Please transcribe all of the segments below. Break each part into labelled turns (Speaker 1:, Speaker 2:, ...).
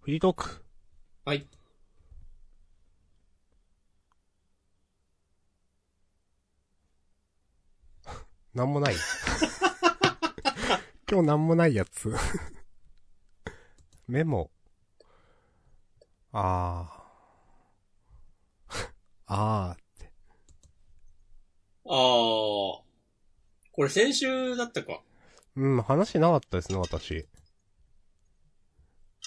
Speaker 1: フリートーク。
Speaker 2: はい。
Speaker 1: なんもない。 今日なんもないやつ。 メモ。あー。 あー。
Speaker 2: あー。これ先週だったか。
Speaker 1: うん、話なかったですね、私。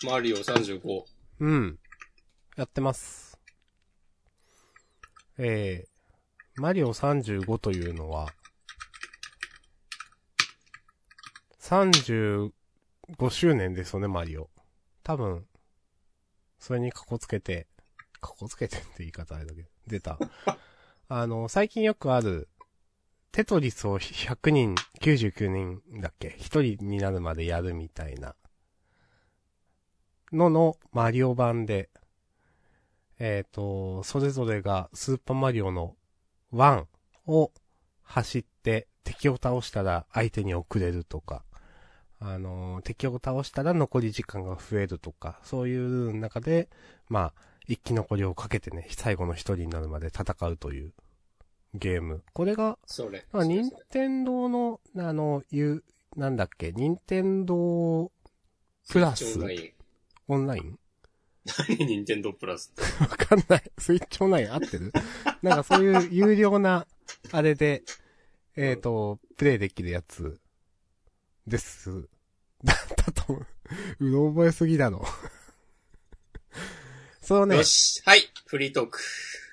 Speaker 2: マリオ35。
Speaker 1: うん。やってます。えー、マリオ35というのは、35周年ですよね、マリオ。多分、それにかこつけて、かこつけてって言い方あれだけど、出た。 あの、最近よくある、テトリスを100人、99人だっけ ?1 人になるまでやるみたいな。ののマリオ版で、えっ、と、それぞれがスーパーマリオの1を走って敵を倒したら相手に遅れるとか、あのー敵を倒したら残り時間が増えるとか、そういうルールの中で、まあ、一気残りをかけてね、最後の一人になるまで戦うというゲーム。これが
Speaker 2: それ。
Speaker 1: まあ、任天堂の、あの、いう、なんだっけ、任天堂プラ
Speaker 2: ちょう
Speaker 1: ス
Speaker 2: どいい。
Speaker 1: オンライン
Speaker 2: 何任天堂プラスって。
Speaker 1: わかんない。 スイッチオンライン合ってるなんかそういう有料な、あれで、えっ、と、プレイできるやつ、です。だったと思う。うろ覚えすぎだろ。 それをね
Speaker 2: よ、し。はい。フリートーク。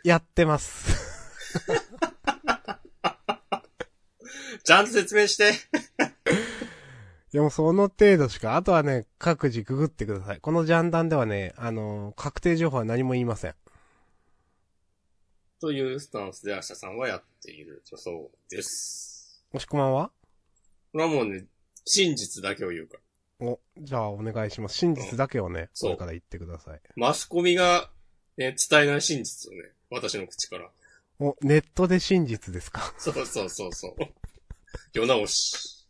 Speaker 1: やってます。
Speaker 2: ちゃんと説明して。
Speaker 1: でもうその程度しか、あとはね、各自ググってください。このジャンダンではね、あの、確定情報は何も言いません。
Speaker 2: というスタンスで明日さんはやっている。そうです。
Speaker 1: もしこまんは
Speaker 2: これはもうね、真実だけを言うから。
Speaker 1: お、じゃあお願いします。真実だけをね、
Speaker 2: そ
Speaker 1: そうれから言ってください。
Speaker 2: マスコミが、ね、伝えない真実をね、私の口から。
Speaker 1: お、ネットで真実ですか
Speaker 2: そうそうそうそう。世直し。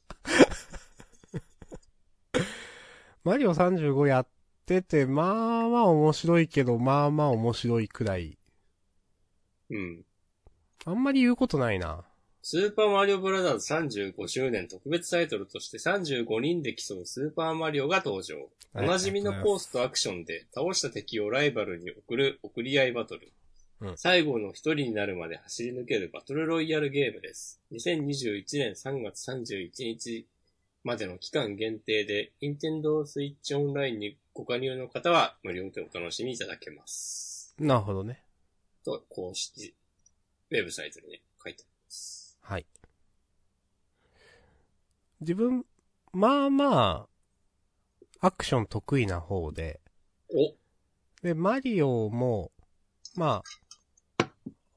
Speaker 1: マリオ35やってて、まあまあ面白いけど、まあまあ面白いくらい。
Speaker 2: うん。
Speaker 1: あんまり言うことないな。
Speaker 2: スーパーマリオブラザーズ35周年特別タイトルとして35人で競うスーパーマリオが登場。おなじみのコー
Speaker 1: ス。
Speaker 2: スとアクションで倒した敵をライバルに送る送り合いバトル。
Speaker 1: うん
Speaker 2: 最後の一人になるまで走り抜けるバトルロイヤルゲームです。2021年3月31日までの期間限定で、Nintendo Switch Online にご加入の方は無料でお楽しみいただけます。
Speaker 1: なるほどね。
Speaker 2: と、公式ウェブサイトにね、書いてあります。
Speaker 1: はい。自分、まあまあ、アクション得意な方で、
Speaker 2: お
Speaker 1: で、マリオも、まあ、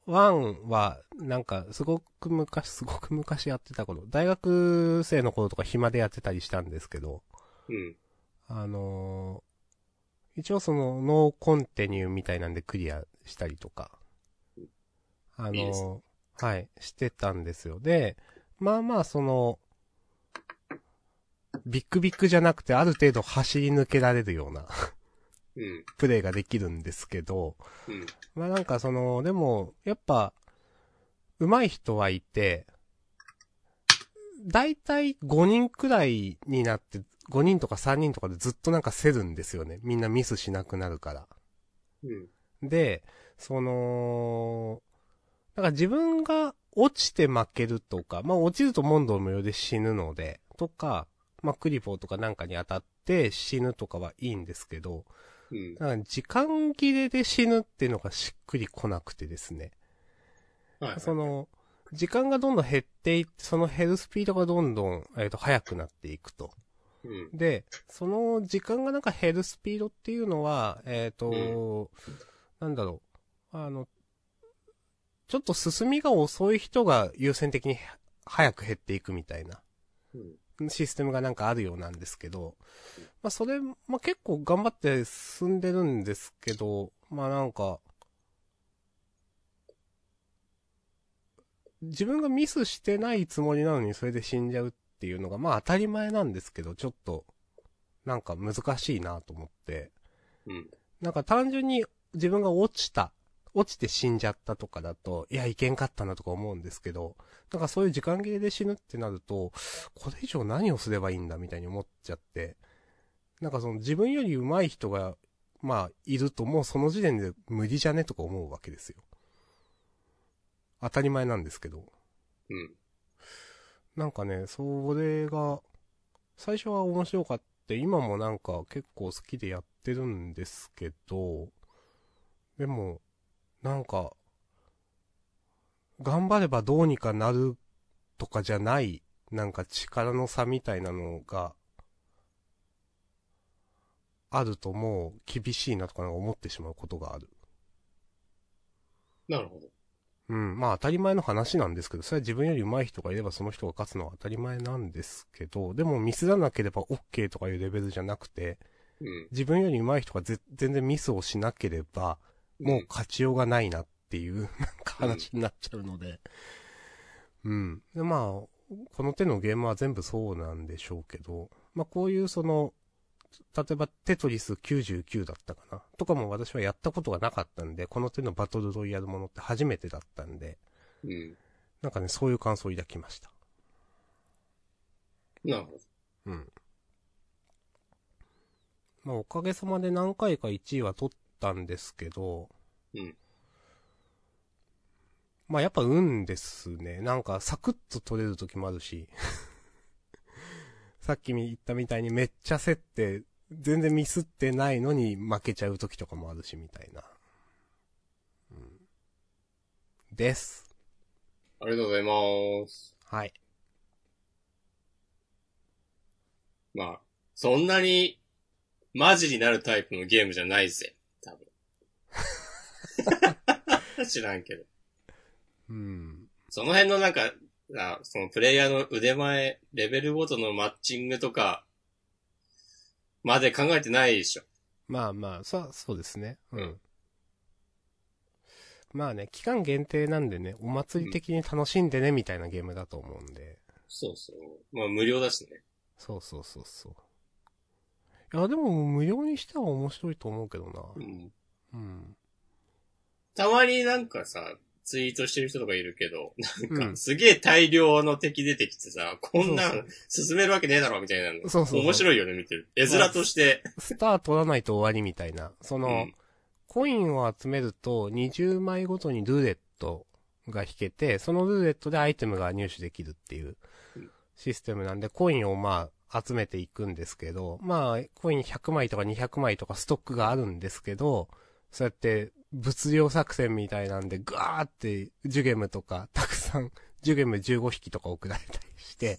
Speaker 1: ワンは、なんか、すごく昔、すごく昔やってた頃、大学生の頃とか暇でやってたりしたんですけど、
Speaker 2: うん。
Speaker 1: あのー一応その、ノーコンティニューみたいなんでクリアしたりとか、あのー
Speaker 2: いいです
Speaker 1: はい、してたんですよ。で、まあまあその、ビックビックじゃなくてある程度走り抜けられるような
Speaker 2: うん。
Speaker 1: プレイができるんですけど、
Speaker 2: うん。
Speaker 1: まあなんかその、でも、やっぱ、上手い人はいて、だいたい5人くらいになって、5人とか3人とかでずっとなんかせるんですよね。みんなミスしなくなるから。
Speaker 2: うん。
Speaker 1: で、その、なんか自分が落ちて負けるとか、まあ落ちると問答無用で死ぬので、とか、まあクリボーとかなんかに当たって死ぬとかはいいんですけど、
Speaker 2: うん。
Speaker 1: なんか時間切れで死ぬっていうのがしっくりこなくてですね。
Speaker 2: はい。
Speaker 1: その、時間がどんどん減っていって、その減るスピードがどんどん、えっ、と、速くなっていくと。
Speaker 2: うん。
Speaker 1: で、その時間がなんか減るスピードっていうのは、えっ、と、なんだろう。あの、ちょっと進みが遅い人が優先的に早く減っていくみたいな。
Speaker 2: うん。
Speaker 1: システムがなんかあるようなんですけど、まあそれ、まあ結構頑張って進んでるんですけど、まあなんか、自分がミスしてないつもりなのにそれで死んじゃうっていうのが、まあ当たり前なんですけど、ちょっと、なんか難しいなと思って、
Speaker 2: うん
Speaker 1: なんか単純に自分が落ちた、落ちて死んじゃったとかだと、いや、いけんかったなとか思うんですけど、なんかそういう時間切れで死ぬってなると、これ以上何をすればいいんだみたいに思っちゃって、なんかその自分より上手い人が、まあ、いるともうその時点で無理じゃねとか思うわけですよ。当たり前なんですけど。
Speaker 2: うん。
Speaker 1: なんかね、それが、最初は面白かった。今もなんか結構好きでやってるんですけど、でも、なんか、頑張ればどうにかなるとかじゃない、なんか力の差みたいなのが、あるともう厳しいなとかなんか思ってしまうことがある。
Speaker 2: なるほど。
Speaker 1: うん。まあ当たり前の話なんですけど、それは自分より上手い人がいればその人が勝つのは当たり前なんですけど、でもミスらなければ OK とかいうレベルじゃなくて、
Speaker 2: うん。
Speaker 1: 自分より上手い人がぜ全然ミスをしなければ、もう勝ちようがないなっていう、なんか話になっちゃうので。うん。で、まあ、この手のゲームは全部そうなんでしょうけど、まあこういうその、例えばテトリス99だったかなとかも私はやったことがなかったんで、この手のバトルロイヤルものって初めてだったんで、
Speaker 2: うん。うん。
Speaker 1: なんかね、そういう感想を抱きました。
Speaker 2: なるほど。
Speaker 1: うん。まあ、おかげさまで何回か1位は取ったんですけど、
Speaker 2: うん。
Speaker 1: まあ、やっぱ運ですね。なんか、サクッと取れる時もあるし、 さっき言ったみたいにめっちゃ競って、全然ミスってないのに負けちゃう時とかもあるし、みたいな。うん。です。
Speaker 2: ありがとうございます。
Speaker 1: はい。
Speaker 2: まあ、そんなに、マジになるタイプのゲームじゃないぜ。多分。 知らんけど。
Speaker 1: うん。
Speaker 2: その辺のなんか、あそのプレイヤーの腕前、レベルごとのマッチングとか、まで考えてないでしょ。
Speaker 1: まあまあ、そ、そうですね。う
Speaker 2: うんん。
Speaker 1: まあね、期間限定なんでね、お祭り的に楽しんでね、みたいなゲームだと思うんで。
Speaker 2: そうそう。まあ無料だしね。
Speaker 1: そうそうそうそう。いや、でも無料にしては面白いと思うけどな。うん。
Speaker 2: たまになんかさ、ツイートしてる人とかいるけど、なん
Speaker 1: うん
Speaker 2: かすげえ大量の敵出てきてさ、こんな
Speaker 1: そうん
Speaker 2: 進めるわけねえだろみたいなの。
Speaker 1: そうそうそう
Speaker 2: 面白いよね、見てる。絵面として。
Speaker 1: スター取らないと終わりみたいな。そうの、
Speaker 2: ん。
Speaker 1: コインを集めると20枚ごとにルーレットが引けて、そのルーレットでアイテムが入手できるっていうシステムなんで、コインをまあ集めていくんですけど、まあコイン100枚とか200枚とかストックがあるんですけど、そうやって物量作戦みたいなんで、ぐわーってジュゲムとかたくさん、ジュゲム15匹とか送られたりして、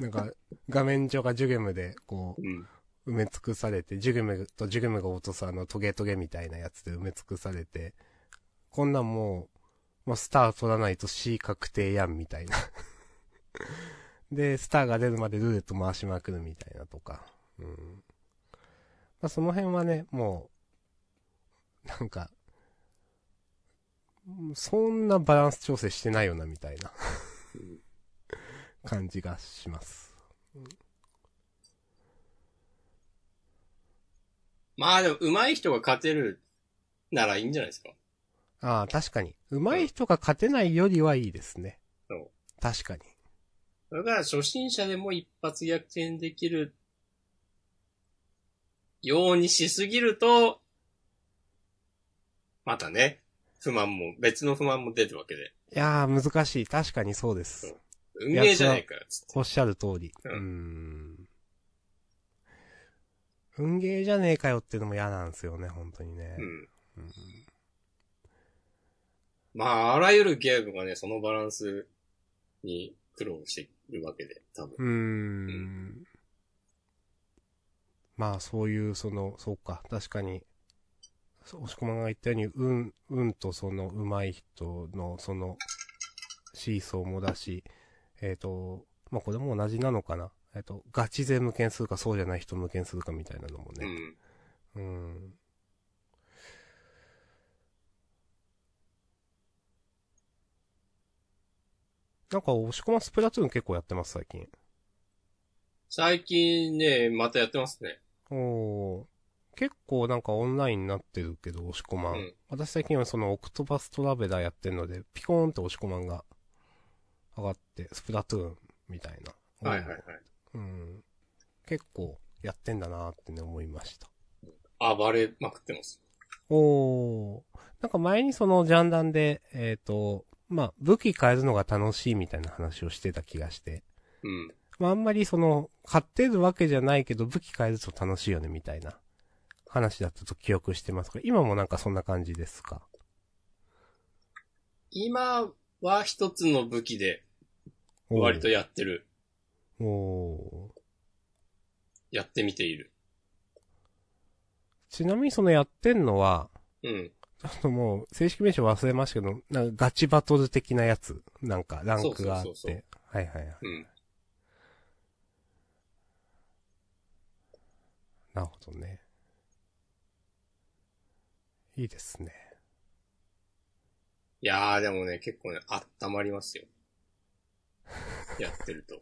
Speaker 1: なんか画面上がジュゲムでこう、
Speaker 2: うん。
Speaker 1: 埋め尽くされて、ジュゲムとジュゲムが落とすあのトゲトゲみたいなやつで埋め尽くされて、こんなんもう、もうスター取らないと C 確定やんみたいな。 で、スターが出るまでルーレット回しまくるみたいなとか。うん。まあその辺はね、もう、なんか、うんそんなバランス調整してないよなみたいな
Speaker 2: うん
Speaker 1: 感じがします。
Speaker 2: まあでも、上手い人が勝てるならいいんじゃないですか。
Speaker 1: ああ、確かに。上手い人が勝てないよりはいいですね。
Speaker 2: そう
Speaker 1: 確かに。
Speaker 2: だから初心者でも一発逆転できるようにしすぎると、またね、不満も、別の不満も出るわけで。
Speaker 1: いやー、難しい。確かにそうです。
Speaker 2: 運ゲーじゃないから、つって。
Speaker 1: おっしゃる通り。う
Speaker 2: うん
Speaker 1: ーん。運ゲーじゃねえかよってのも嫌なんですよね、本当にね
Speaker 2: う。ん。
Speaker 1: うん
Speaker 2: まあ、あらゆるゲームがね、そのバランスに苦労しているわけで、多分。
Speaker 1: うーん。まあ、そういう、その、そうか、確かに、そう押し込まんが言ったように、運、運とその、上手い人の、その、シーソーもだし、えっ、と、まあ、これも同じなのかな。えっ、と、ガチ勢向けにするか、そうじゃない人向けにするかみたいなのも
Speaker 2: う
Speaker 1: ね。
Speaker 2: ん。
Speaker 1: うん。なんか、押し込まんスプラトゥーン結構やってます、最近。
Speaker 2: 最近ね、またやってますね。
Speaker 1: おー。結構なんかオンラインになってるけど、押し込まん。
Speaker 2: うん
Speaker 1: 私最近はそのオクトバストラベラーやってるので、ピコーンって押し込まんが上がって、スプラトゥーンみたいな。
Speaker 2: はいはいはい。
Speaker 1: うん。結構やってんだなーってね、思いました。
Speaker 2: 暴れまくってます。
Speaker 1: おー。なんか前にそのジャンダンで、えっ、と、まあ、武器変えるのが楽しいみたいな話をしてた気がして。
Speaker 2: うん。
Speaker 1: まあ、あんまりその、買ってるわけじゃないけど、武器変えると楽しいよね、みたいな話だったと記憶してますが、今もなんかそんな感じですか。
Speaker 2: 今は一つの武器で
Speaker 1: おー
Speaker 2: 割と。やってる。
Speaker 1: おー
Speaker 2: やってみている。
Speaker 1: ちなみにそのやってんのは、
Speaker 2: うん。
Speaker 1: ちょっともう、正式名称忘れましたけど、なんかガチバトル的なやつ。なんか、ランクがあって。
Speaker 2: そうそうそうそう
Speaker 1: はいはいはい。
Speaker 2: うん。
Speaker 1: なるほどね。いいですね。
Speaker 2: いやーでもね、結構ね、温まりますよ。やってると。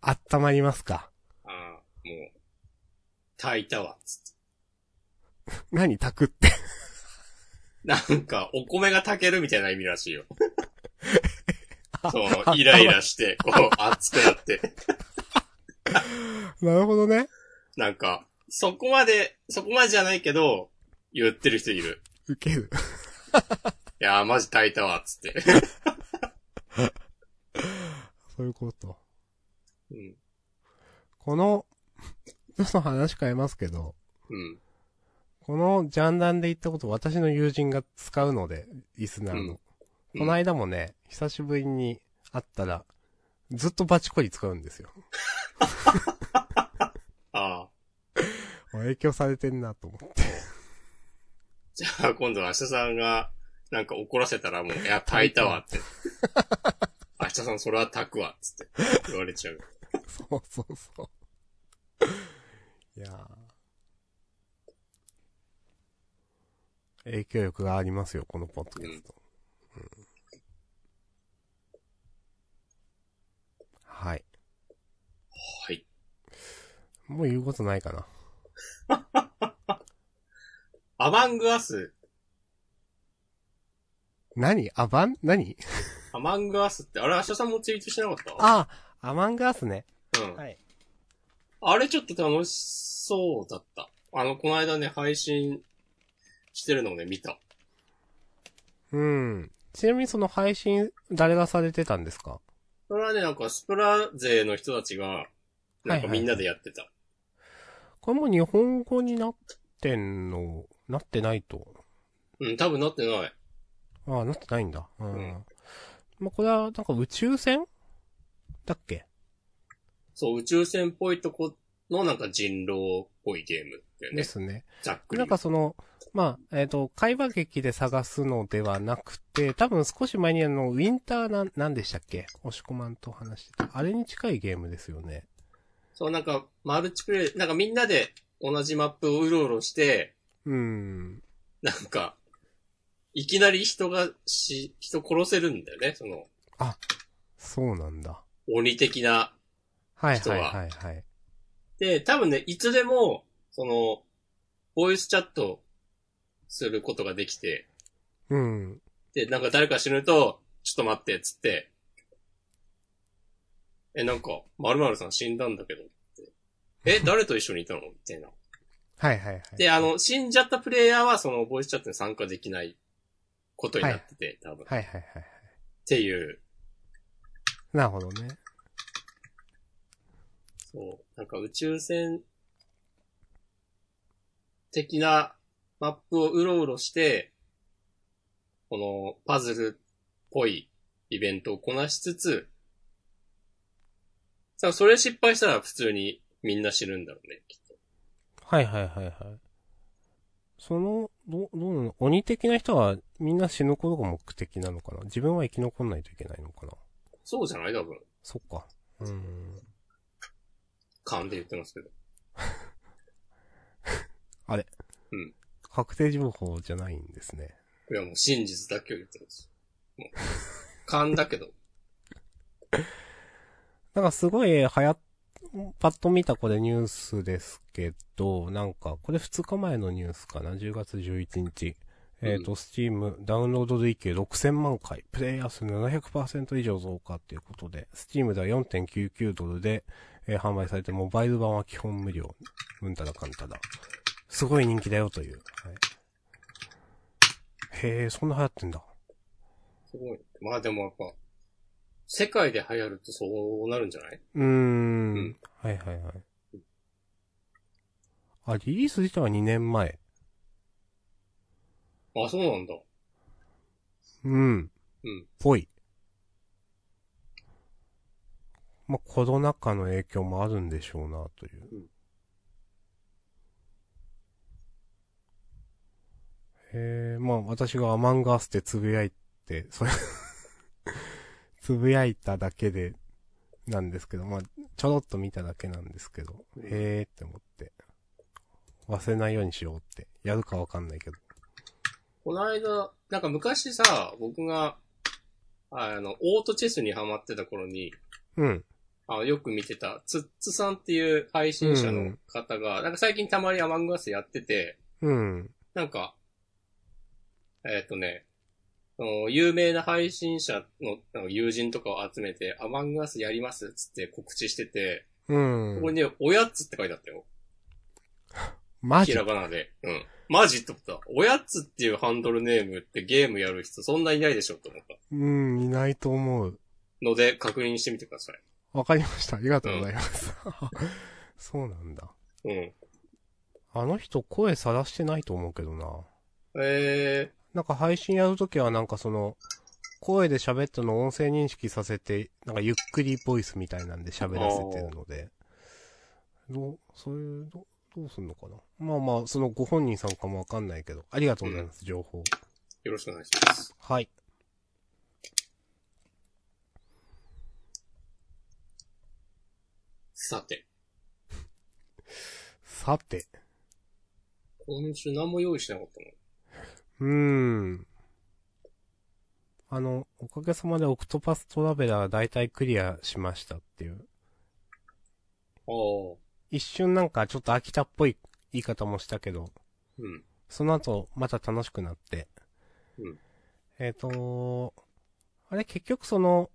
Speaker 1: 温まりますか
Speaker 2: ああ、もう、炊いたわ、つって。
Speaker 1: 何炊くって。
Speaker 2: なんか、お米が炊けるみたいな意味らしいよ。そ
Speaker 1: あ
Speaker 2: う、イライラして、こう、熱くなって。
Speaker 1: なるほどね。
Speaker 2: なんか、そこまで、そこまでじゃないけど、言ってる人いる。
Speaker 1: ウケる。
Speaker 2: いやー、マジ炊いたわ、つって。
Speaker 1: そういうこと。
Speaker 2: うん。
Speaker 1: この、 ちょっと話変えますけど、
Speaker 2: うん。
Speaker 1: このジャンダンで言ったこと私の友人が使うので、リスナーの。
Speaker 2: うん
Speaker 1: この間もね、久しぶりに会ったら、ずっとバチコリ使うんですよ。
Speaker 2: ああ。
Speaker 1: あ影響されてんなと思って。
Speaker 2: じゃあ、 今度、明日さんが、なんか怒らせたらもう、いや、炊いたわ、って。明日さん、それは炊くわ、つって。言われちゃう。
Speaker 1: そうそうそう。いやー影響力がありますよ、このポッドキャスト。うんはい。
Speaker 2: はい。
Speaker 1: もう言うことないかな。
Speaker 2: アマングアス、
Speaker 1: 何アバン何
Speaker 2: アマングアスって、あれ、明日さんもツイートしなかった
Speaker 1: ああ、アマンガースね。
Speaker 2: うん。
Speaker 1: い。
Speaker 2: あれちょっと楽しそうだった。あの、この間ね、配信してるのをね、見た。
Speaker 1: うん。ちなみにその配信、誰がされてたんですか
Speaker 2: それはね、なんか、スプラ勢の人たちが、なんかみんなでやってた。
Speaker 1: これもう日本語になってんの、なってないと。
Speaker 2: うん、多分なってない。
Speaker 1: ああ、なってないんだ。うん。
Speaker 2: うん
Speaker 1: まあ、これは、なんか宇宙船だっけ
Speaker 2: そう、宇宙船っぽいとこのなんか人狼っぽいゲームだよ
Speaker 1: で
Speaker 2: ね。
Speaker 1: すね。
Speaker 2: ざっくり。
Speaker 1: なんかその、まあ、えっ、と、会話劇で探すのではなくて、多分少し前にあの、ウィンターなん、なんでしたっけ押し込まんと話してた。あれに近いゲームですよね。
Speaker 2: そう、なんか、マルチプレイ、なんかみんなで同じマップをうろうろして、
Speaker 1: うん。
Speaker 2: なんか、いきなり人がし、人殺せるんだよね、その、
Speaker 1: そうなんだ。
Speaker 2: 鬼的な
Speaker 1: はい
Speaker 2: 人
Speaker 1: は
Speaker 2: はい
Speaker 1: はいはい。
Speaker 2: で、多分ね、いつでも、その、ボイスチャットすることができて、
Speaker 1: うん。
Speaker 2: で、なんか誰か死ぬと、ちょっと待って、つって、え、なんか、〇〇さん死んだんだけど、ってえ、誰と一緒にいたのみたいな。
Speaker 1: はいはいはい。
Speaker 2: で、あの、死んじゃったプレイヤーは、その、ボイスチャットに参加できないことになってて、多分。っ
Speaker 1: はいはいはいはい。
Speaker 2: ていう、
Speaker 1: なるほどね。
Speaker 2: そう、なんか宇宙船的なマップをうろうろして、このパズルっぽいイベントをこなしつつ、さあ、それ失敗したら普通にみんな死ぬんだろうね、きっと。
Speaker 1: はいはいはいはい。その、ど、どうなの鬼的な人はみんな死ぬことが目的なのかな自分は生き残んないといけないのかな
Speaker 2: そうじゃない多分。
Speaker 1: そっか。うん。
Speaker 2: 勘で言ってますけど。
Speaker 1: 確定情報じゃないんですね。
Speaker 2: いや、もう真実だけを言ってます。もう、勘だけど。
Speaker 1: なんかすごい流行っパッと見たこれニュースですけど、なんか、これ2日前のニュースかな ?10 月11日。えっ、と、スチームダウンロード累計6000万回、プレイヤー数700%以上増加っていうことで、スチームでは4.99ドルで、えー販売されて、モバイル版は基本無料。うんたらかんたら。すごい人気だよという。はい、へえ、そんな流行ってんだ。
Speaker 2: すごい。まあでもやっぱ、世界で流行るとそうなるんじゃないう
Speaker 1: ーん,、
Speaker 2: うん
Speaker 1: はいはいはい。あ、リリース自体は2年前。
Speaker 2: あ、そうなんだ。
Speaker 1: うん。
Speaker 2: うん。
Speaker 1: ぽい。まあ、コロナ禍の影響もあるんでしょうな、という。
Speaker 2: うん
Speaker 1: へえ、まあ、私がアマンガースってつぶやいて、それ、 つぶやいただけで、なんですけど、まあ、ちょろっと見ただけなんですけど、
Speaker 2: うん
Speaker 1: へえって思って、忘れないようにしようって、やるかわかんないけど。
Speaker 2: この間、なんか昔さ、僕が、あの、オートチェスにハマってた頃に、
Speaker 1: うん。
Speaker 2: あよく見てた、ツッツさんっていう配信者の方が、なんか最近たまにアマングアスやってて、
Speaker 1: うん。
Speaker 2: なんか、えっ、とね、その有名な配信者のあの友人とかを集めて、アマングアスやりますっつって告知してて、
Speaker 1: うん。
Speaker 2: ここにねおやつって書いてあったよ。
Speaker 1: マ
Speaker 2: ひ
Speaker 1: ジ
Speaker 2: らがなで。うん。マジってことだ。おやつっていうハンドルネームってゲームやる人そんないないでしょって思った。
Speaker 1: うん、いないと思う。
Speaker 2: ので、確認してみてください。
Speaker 1: わかりました。ありがとうございます。 そうなんだ。
Speaker 2: うん。
Speaker 1: あの人声さらしてないと思うけどな。
Speaker 2: え
Speaker 1: なんか配信やるときはなんかその、声で喋ったのを音声認識させて、なんかゆっくりボイスみたいなんで喋らせてるので、どう、そういう、どどうすんのかな。まあまあ、そのご本人さんかもわかんないけど、ありがとうございます、情報。
Speaker 2: ー、よろしくお願いします。
Speaker 1: はい。
Speaker 2: さて、
Speaker 1: さて、
Speaker 2: 今週何も用意しなかった
Speaker 1: う
Speaker 2: の
Speaker 1: ーん。あの、おかげさまでオクトパストラベラー大体クリアしましたっていう。
Speaker 2: ああ、
Speaker 1: 一瞬なんかちょっと飽きたっぽい言い方もしたけど、
Speaker 2: うん。
Speaker 1: その後また楽しくなって。
Speaker 2: うん
Speaker 1: えっ、とあれ結局その、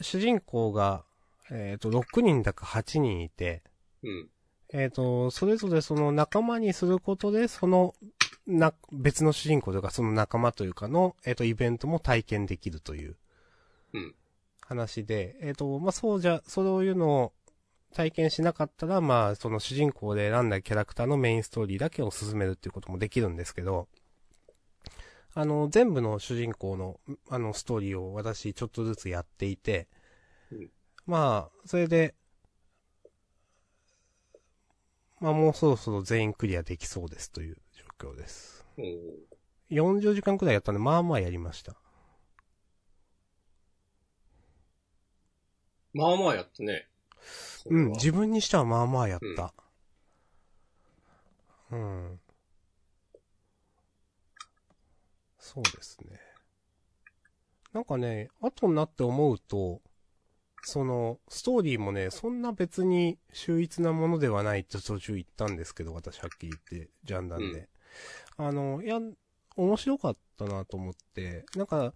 Speaker 1: 主人公が、えっ、と、6人だか8人いて、
Speaker 2: うん。
Speaker 1: えっ、と、それぞれその仲間にすることで、その、な、別の主人公というか、その仲間というかの、えっ、と、イベントも体験できるという
Speaker 2: うん、
Speaker 1: 話で、えっ、と、まあ、そうじゃ、そういうのを体験しなかったら、まあ、その主人公で選んだキャラクターのメインストーリーだけを進めるっていうこともできるんですけど、あの、全部の主人公の、あの、ストーリーを私、ちょっとずつやっていて、
Speaker 2: うん
Speaker 1: まあ、それで、まあもうそろそろ全員クリアできそうですという状況です。
Speaker 2: おー
Speaker 1: 40時間くらいやったんで、まあまあやりました。
Speaker 2: まあまあやったね。
Speaker 1: うん、
Speaker 2: それは
Speaker 1: 自分にしてはまあまあやった。うん。そうですね。なんかね、後になって思うと、その、ストーリーもね、そんな別に秀逸なものではないって途中言ったんですけど、私はっきり言って、ジャンダンで。あの、いや、面白かったなと思って、なんか、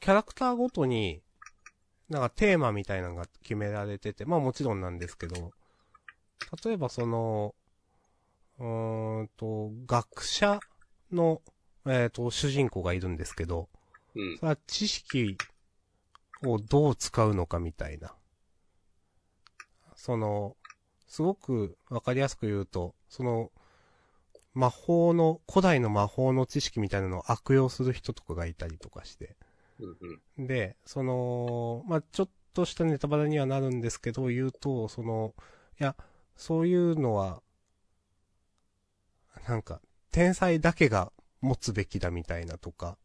Speaker 1: キャラクターごとに、なんかテーマみたいなのが決められてて、まあもちろんなんですけど、例えばその、うーんと、学者の、えっ、と、主人公がいるんですけど、
Speaker 2: うん。
Speaker 1: それは知識をどう使うのかみたいな。その、すごくわかりやすく言うと、その、魔法の、古代の魔法の知識みたいなのを悪用する人とかがいたりとかして、
Speaker 2: うん。うん。
Speaker 1: で、その、まあ、ちょっとしたネタバレにはなるんですけど、言うと、その、いや、そういうのは、なんか、天才だけが持つべきだみたいなとか、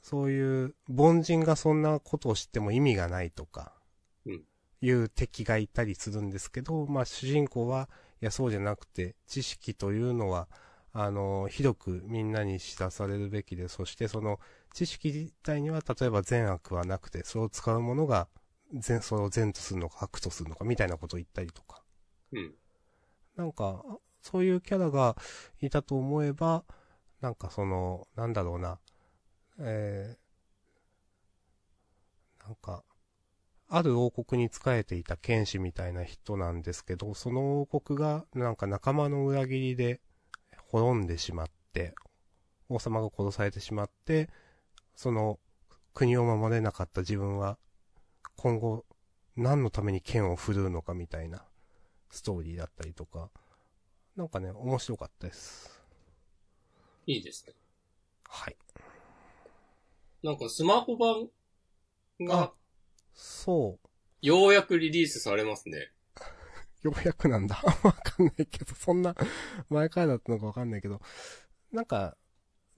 Speaker 1: そういう、凡人がそんなことを知っても意味がないとか
Speaker 2: うん、
Speaker 1: いう敵がいたりするんですけど、まあ、主人公は、いや、そうじゃなくて、知識というのは、あの、広くみんなに知らされるべきで、そしてその、知識自体には例えば善悪はなくて、それを使うものが善、それを善とするのか悪とするのかみたいなことを言ったりとか。
Speaker 2: うん。
Speaker 1: なんか、そういうキャラがいたと思えば、なんかその、なんだろうな、えー、なんか、ある王国に仕えていた剣士みたいな人なんですけど、その王国がなんか仲間の裏切りで滅んでしまって、王様が殺されてしまって、その国を守れなかった自分は、今後何のために剣を振るうのかみたいな。ストーリーだったりとか、なんかね、面白かったです。
Speaker 2: いいですね。
Speaker 1: はい。
Speaker 2: なんかスマホ版が
Speaker 1: あそう。
Speaker 2: ようやくリリースされますね。
Speaker 1: ようやくなんだ。 わかんないけど、そんな前からだったのかわかんないけど、なんか、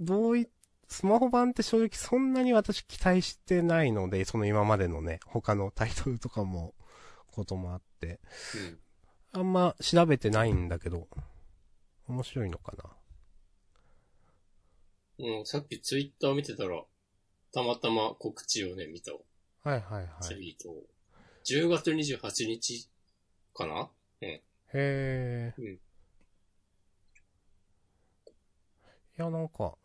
Speaker 1: どうい、スマホ版って正直そんなに私期待してないので、その今までのね、他のタイトルとかも、こともあって、
Speaker 2: うん。
Speaker 1: あんま調べてないんだけど、面白いのかな。
Speaker 2: うん、さっきツイッター見てたら、たまたま告知をね、見たわ
Speaker 1: はいはいはい。
Speaker 2: ツ
Speaker 1: へ
Speaker 2: イートを。10月28日かな
Speaker 1: え。
Speaker 2: うん
Speaker 1: いや、なんか、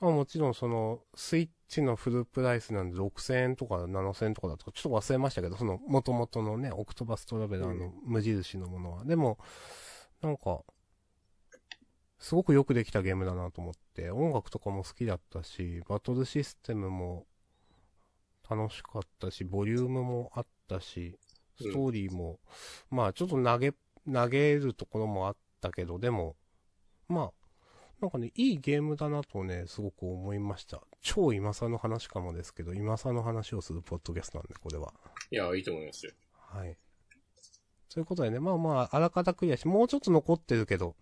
Speaker 1: あもちろんその、スイッチのフルプライスなんで6000円とか7000円とかだと、ちょっと忘れましたけど、その、元々のね、オクトバストラベラーの無印のものは。でも、なんか、すごくよくできたゲームだなと思って、音楽とかも好きだったし、バトルシステムも楽しかったし、ボリュームもあったし、ストーリーも、まあちょっと投げ、投げるところもあったけど、でも、まあ、なんかね、いいゲームだなとね、すごく思いました。超今さの話かもですけど、今さの話をするポッドキャストなんで、これは。
Speaker 2: いや、いいと思いますよ。
Speaker 1: はい。ということでね、まあまあ、あらかたクリアし、もうちょっと残ってるけど、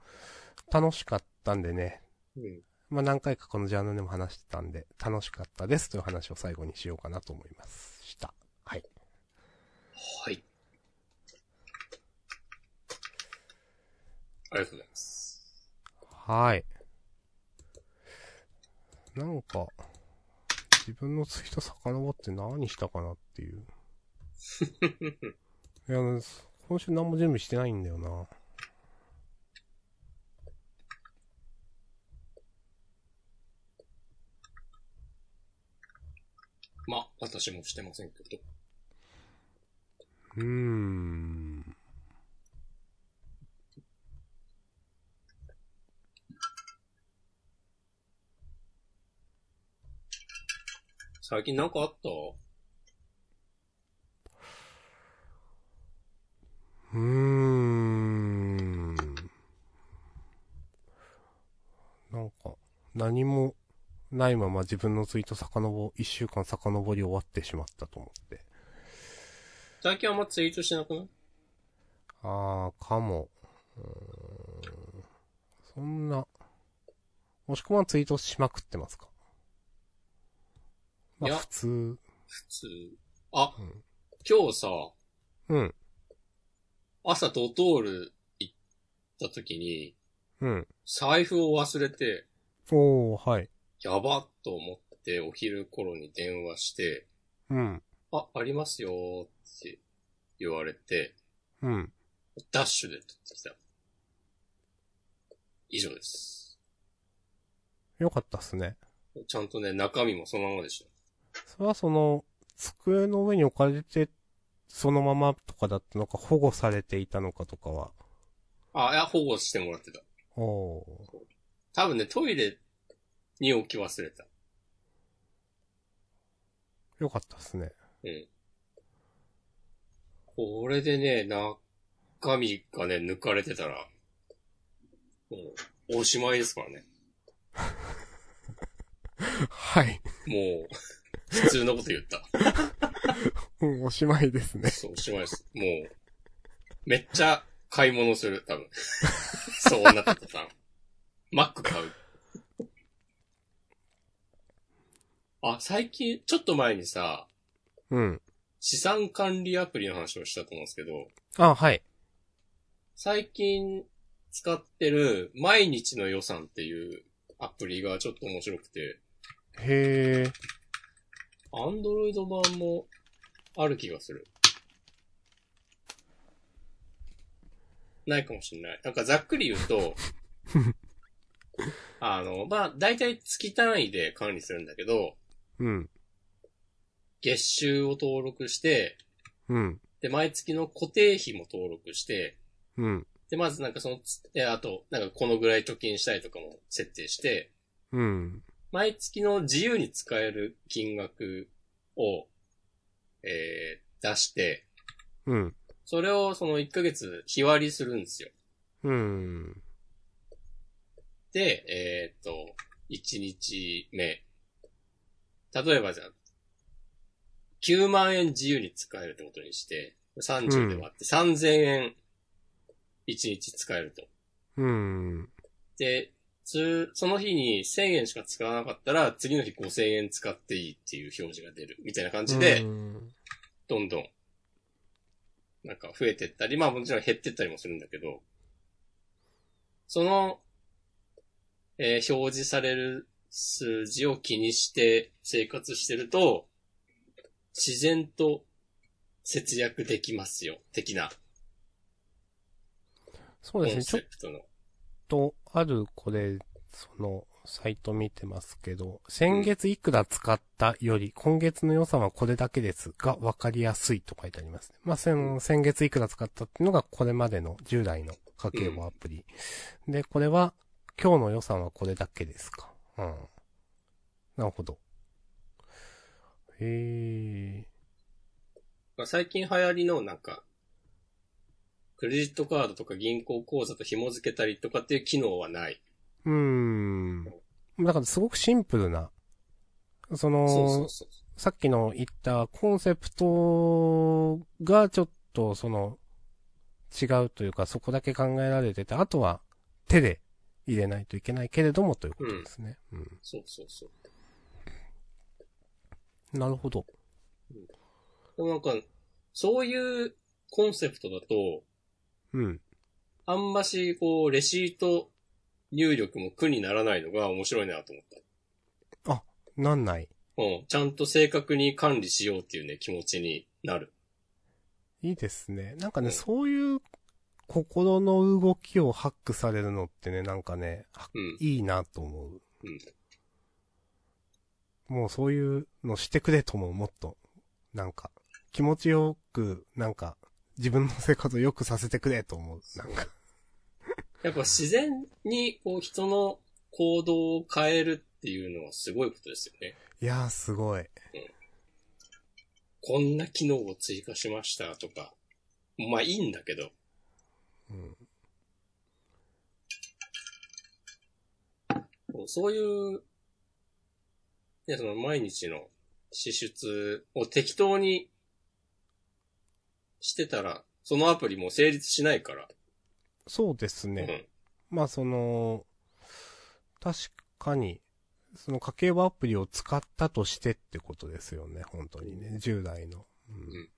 Speaker 1: 楽しかったんでね、
Speaker 2: うん。
Speaker 1: まあ何回かこのジャンルでも話してたんで、楽しかったですという話を最後にしようかなと思いました。はい。
Speaker 2: はい。ありがとうございます。
Speaker 1: はい。なんか、自分のツイート遡って何したかなっていう。いや、今週何も準備してないんだよな。
Speaker 2: ま、私もしてませんけど。
Speaker 1: うーん。
Speaker 2: 最近なんかあった
Speaker 1: うーん。なんか、何もないまま自分のツイート遡、一週間遡り終わってしまったと思って。
Speaker 2: 最近あんまツイートしなくない
Speaker 1: あー、かも。うーんそんな。もしくはツイートしまくってますかま
Speaker 2: い
Speaker 1: あ
Speaker 2: や
Speaker 1: 普通。
Speaker 2: 普通。あ、
Speaker 1: うん
Speaker 2: 今日さ、
Speaker 1: うん。
Speaker 2: 朝ドトール行った時に、
Speaker 1: うん。
Speaker 2: 財布を忘れて、
Speaker 1: おー、はい。
Speaker 2: やばっと思ってお昼頃に電話して、
Speaker 1: うん。
Speaker 2: あ、ありますよーって言われて、
Speaker 1: うん。
Speaker 2: ダッシュで取ってきた。以上です。
Speaker 1: よかったっすね。
Speaker 2: ちゃんとね、中身もそのままでした。
Speaker 1: それはその、机の上に置かれて、そのままとかだったのか、保護されていたのかとかは。
Speaker 2: あ、いや、保護してもらってた。
Speaker 1: おー。
Speaker 2: 多分ね、トイレに置き忘れた。
Speaker 1: よかったっすね。
Speaker 2: うん。これでね、中身がね、抜かれてたら、もう、おしまいですからね。
Speaker 1: はい。
Speaker 2: もう、普通のこと言った。
Speaker 1: うん、おしまいですね。
Speaker 2: そう、おしまいです。もう、めっちゃ買い物する、多分。 そうなった途端。マック買う。あ、最近、ちょっと前にさ、
Speaker 1: うん。
Speaker 2: 資産管理アプリの話をしたと思うんですけど、
Speaker 1: あ、はい。
Speaker 2: 最近使ってる毎日の予算っていうアプリがちょっと面白くて、
Speaker 1: へー。
Speaker 2: アンドロイド版もある気がする。ないかもしれない。なんかざっくり言うと、あの、まあ、大体月単位で管理するんだけど、
Speaker 1: うん。
Speaker 2: 月収を登録して、
Speaker 1: うん。
Speaker 2: で、毎月の固定費も登録して、
Speaker 1: うん。
Speaker 2: で、まずなんかその、え、あと、なんかこのぐらい貯金したいとかも設定して、
Speaker 1: うん。
Speaker 2: 毎月の自由に使える金額を、えー出して、
Speaker 1: うん。
Speaker 2: それをその1ヶ月日割りするんですよ。
Speaker 1: うん。
Speaker 2: で、えーっと、1日目。例えばじゃあ、9万円自由に使えるってことにして、30で割って3000円1日使えると。
Speaker 1: うん。
Speaker 2: で、つその日に1000円しか使わなかったら、次の日5000円使っていいっていう表示が出る。みたいな感じで、
Speaker 1: うん
Speaker 2: どんどん、なんか増えてったり、まあもちろん減ってったりもするんだけど、その、えー表示される数字を気にして生活してると、自然と節約できますよ、的な
Speaker 1: そう
Speaker 2: コ
Speaker 1: ですね。
Speaker 2: ン
Speaker 1: ちょ
Speaker 2: セ
Speaker 1: っ
Speaker 2: プトの。
Speaker 1: と、ある、これ、その、サイト見てますけど、先月いくら使ったより、今月の予算はこれだけですが、わかりやすいと書いてありますね。まあ、先、先月いくら使ったっていうのが、これまでの従来の家計簿アプリ。で、これは、今日の予算はこれだけですか。うん。なるほど。へえ。
Speaker 2: まあ最近流行りのなんか、クレジットカードとか銀行口座と紐付けたりとかっていう機能はない。
Speaker 1: うーん。だからすごくシンプルな、その、
Speaker 2: そうそうそう。
Speaker 1: さっきの言ったコンセプトがちょっとその違うというかそこだけ考えられてて、あとは手で入れないといけないけれどもということですね。うん。
Speaker 2: そうそうそう。
Speaker 1: なるほど。
Speaker 2: でもなんか、そういうコンセプトだと、
Speaker 1: うん。
Speaker 2: あんまし、こう、レシート入力も苦にならないのが面白いなと思った。
Speaker 1: なんない。
Speaker 2: うん。ちゃんと正確に管理しようっていうね、気持ちになる。
Speaker 1: いいですね。なんかね、
Speaker 2: うん
Speaker 1: そういう心の動きをハックされるのってね、なんかね、は
Speaker 2: うん。
Speaker 1: いいなと思う。
Speaker 2: うん。
Speaker 1: もうそういうのしてくれとももっと、なんか、気持ちよく、なんか、自分の生活を良くさせてくれと思う。なんか、
Speaker 2: やっぱ自然に、こう、人の行動を変えるっていうのはすごいことですよね。
Speaker 1: いやーすごい。
Speaker 2: こんな機能を追加しましたとか。まあいいんだけど。
Speaker 1: うん。
Speaker 2: そういう、ね、その毎日の支出を適当にしてたら、そのアプリも成立しないから。
Speaker 1: そうですね。まあその、確かに、その家計簿アプリを使ったとしてってことですよね、本当にね、10代の。うん
Speaker 2: ん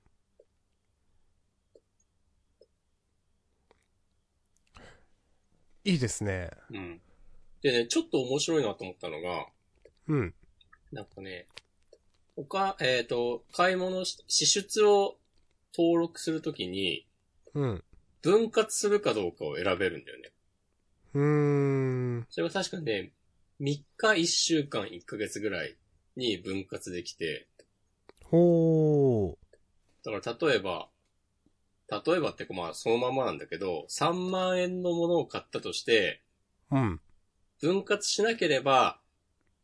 Speaker 1: いいですね。
Speaker 2: うん。うん。でね、ちょっと面白いなと思ったのが、
Speaker 1: うん。
Speaker 2: なんかね、他、えっ、と、買い物し、支出を登録するときに、
Speaker 1: うん。
Speaker 2: 分割するかどうかを選べるんだよね。
Speaker 1: うーん。
Speaker 2: それが確かね、3日、1週間、1ヶ月ぐらいに分割できて、
Speaker 1: ほ
Speaker 2: だから例えば、例えばってかまあそのままなんだけど、3万円のものを買ったとして、
Speaker 1: ー。うん。
Speaker 2: 分割しなければ、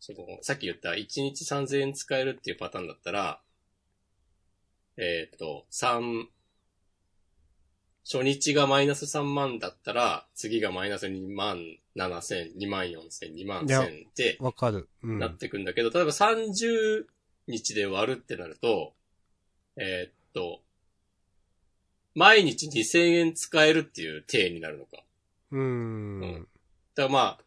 Speaker 2: その、さっき言った1日3000円使えるっていうパターンだったら、えっ、と、3、初日がマイナス3万だったら、次がマイナス2万7千、2万4千、2万千って
Speaker 1: わかる。うん。
Speaker 2: なってくんだけど、例えば30日で割るってなると、えーっと、毎日2000円使えるっていう体になるのか。
Speaker 1: うーん
Speaker 2: ん。だからまあ、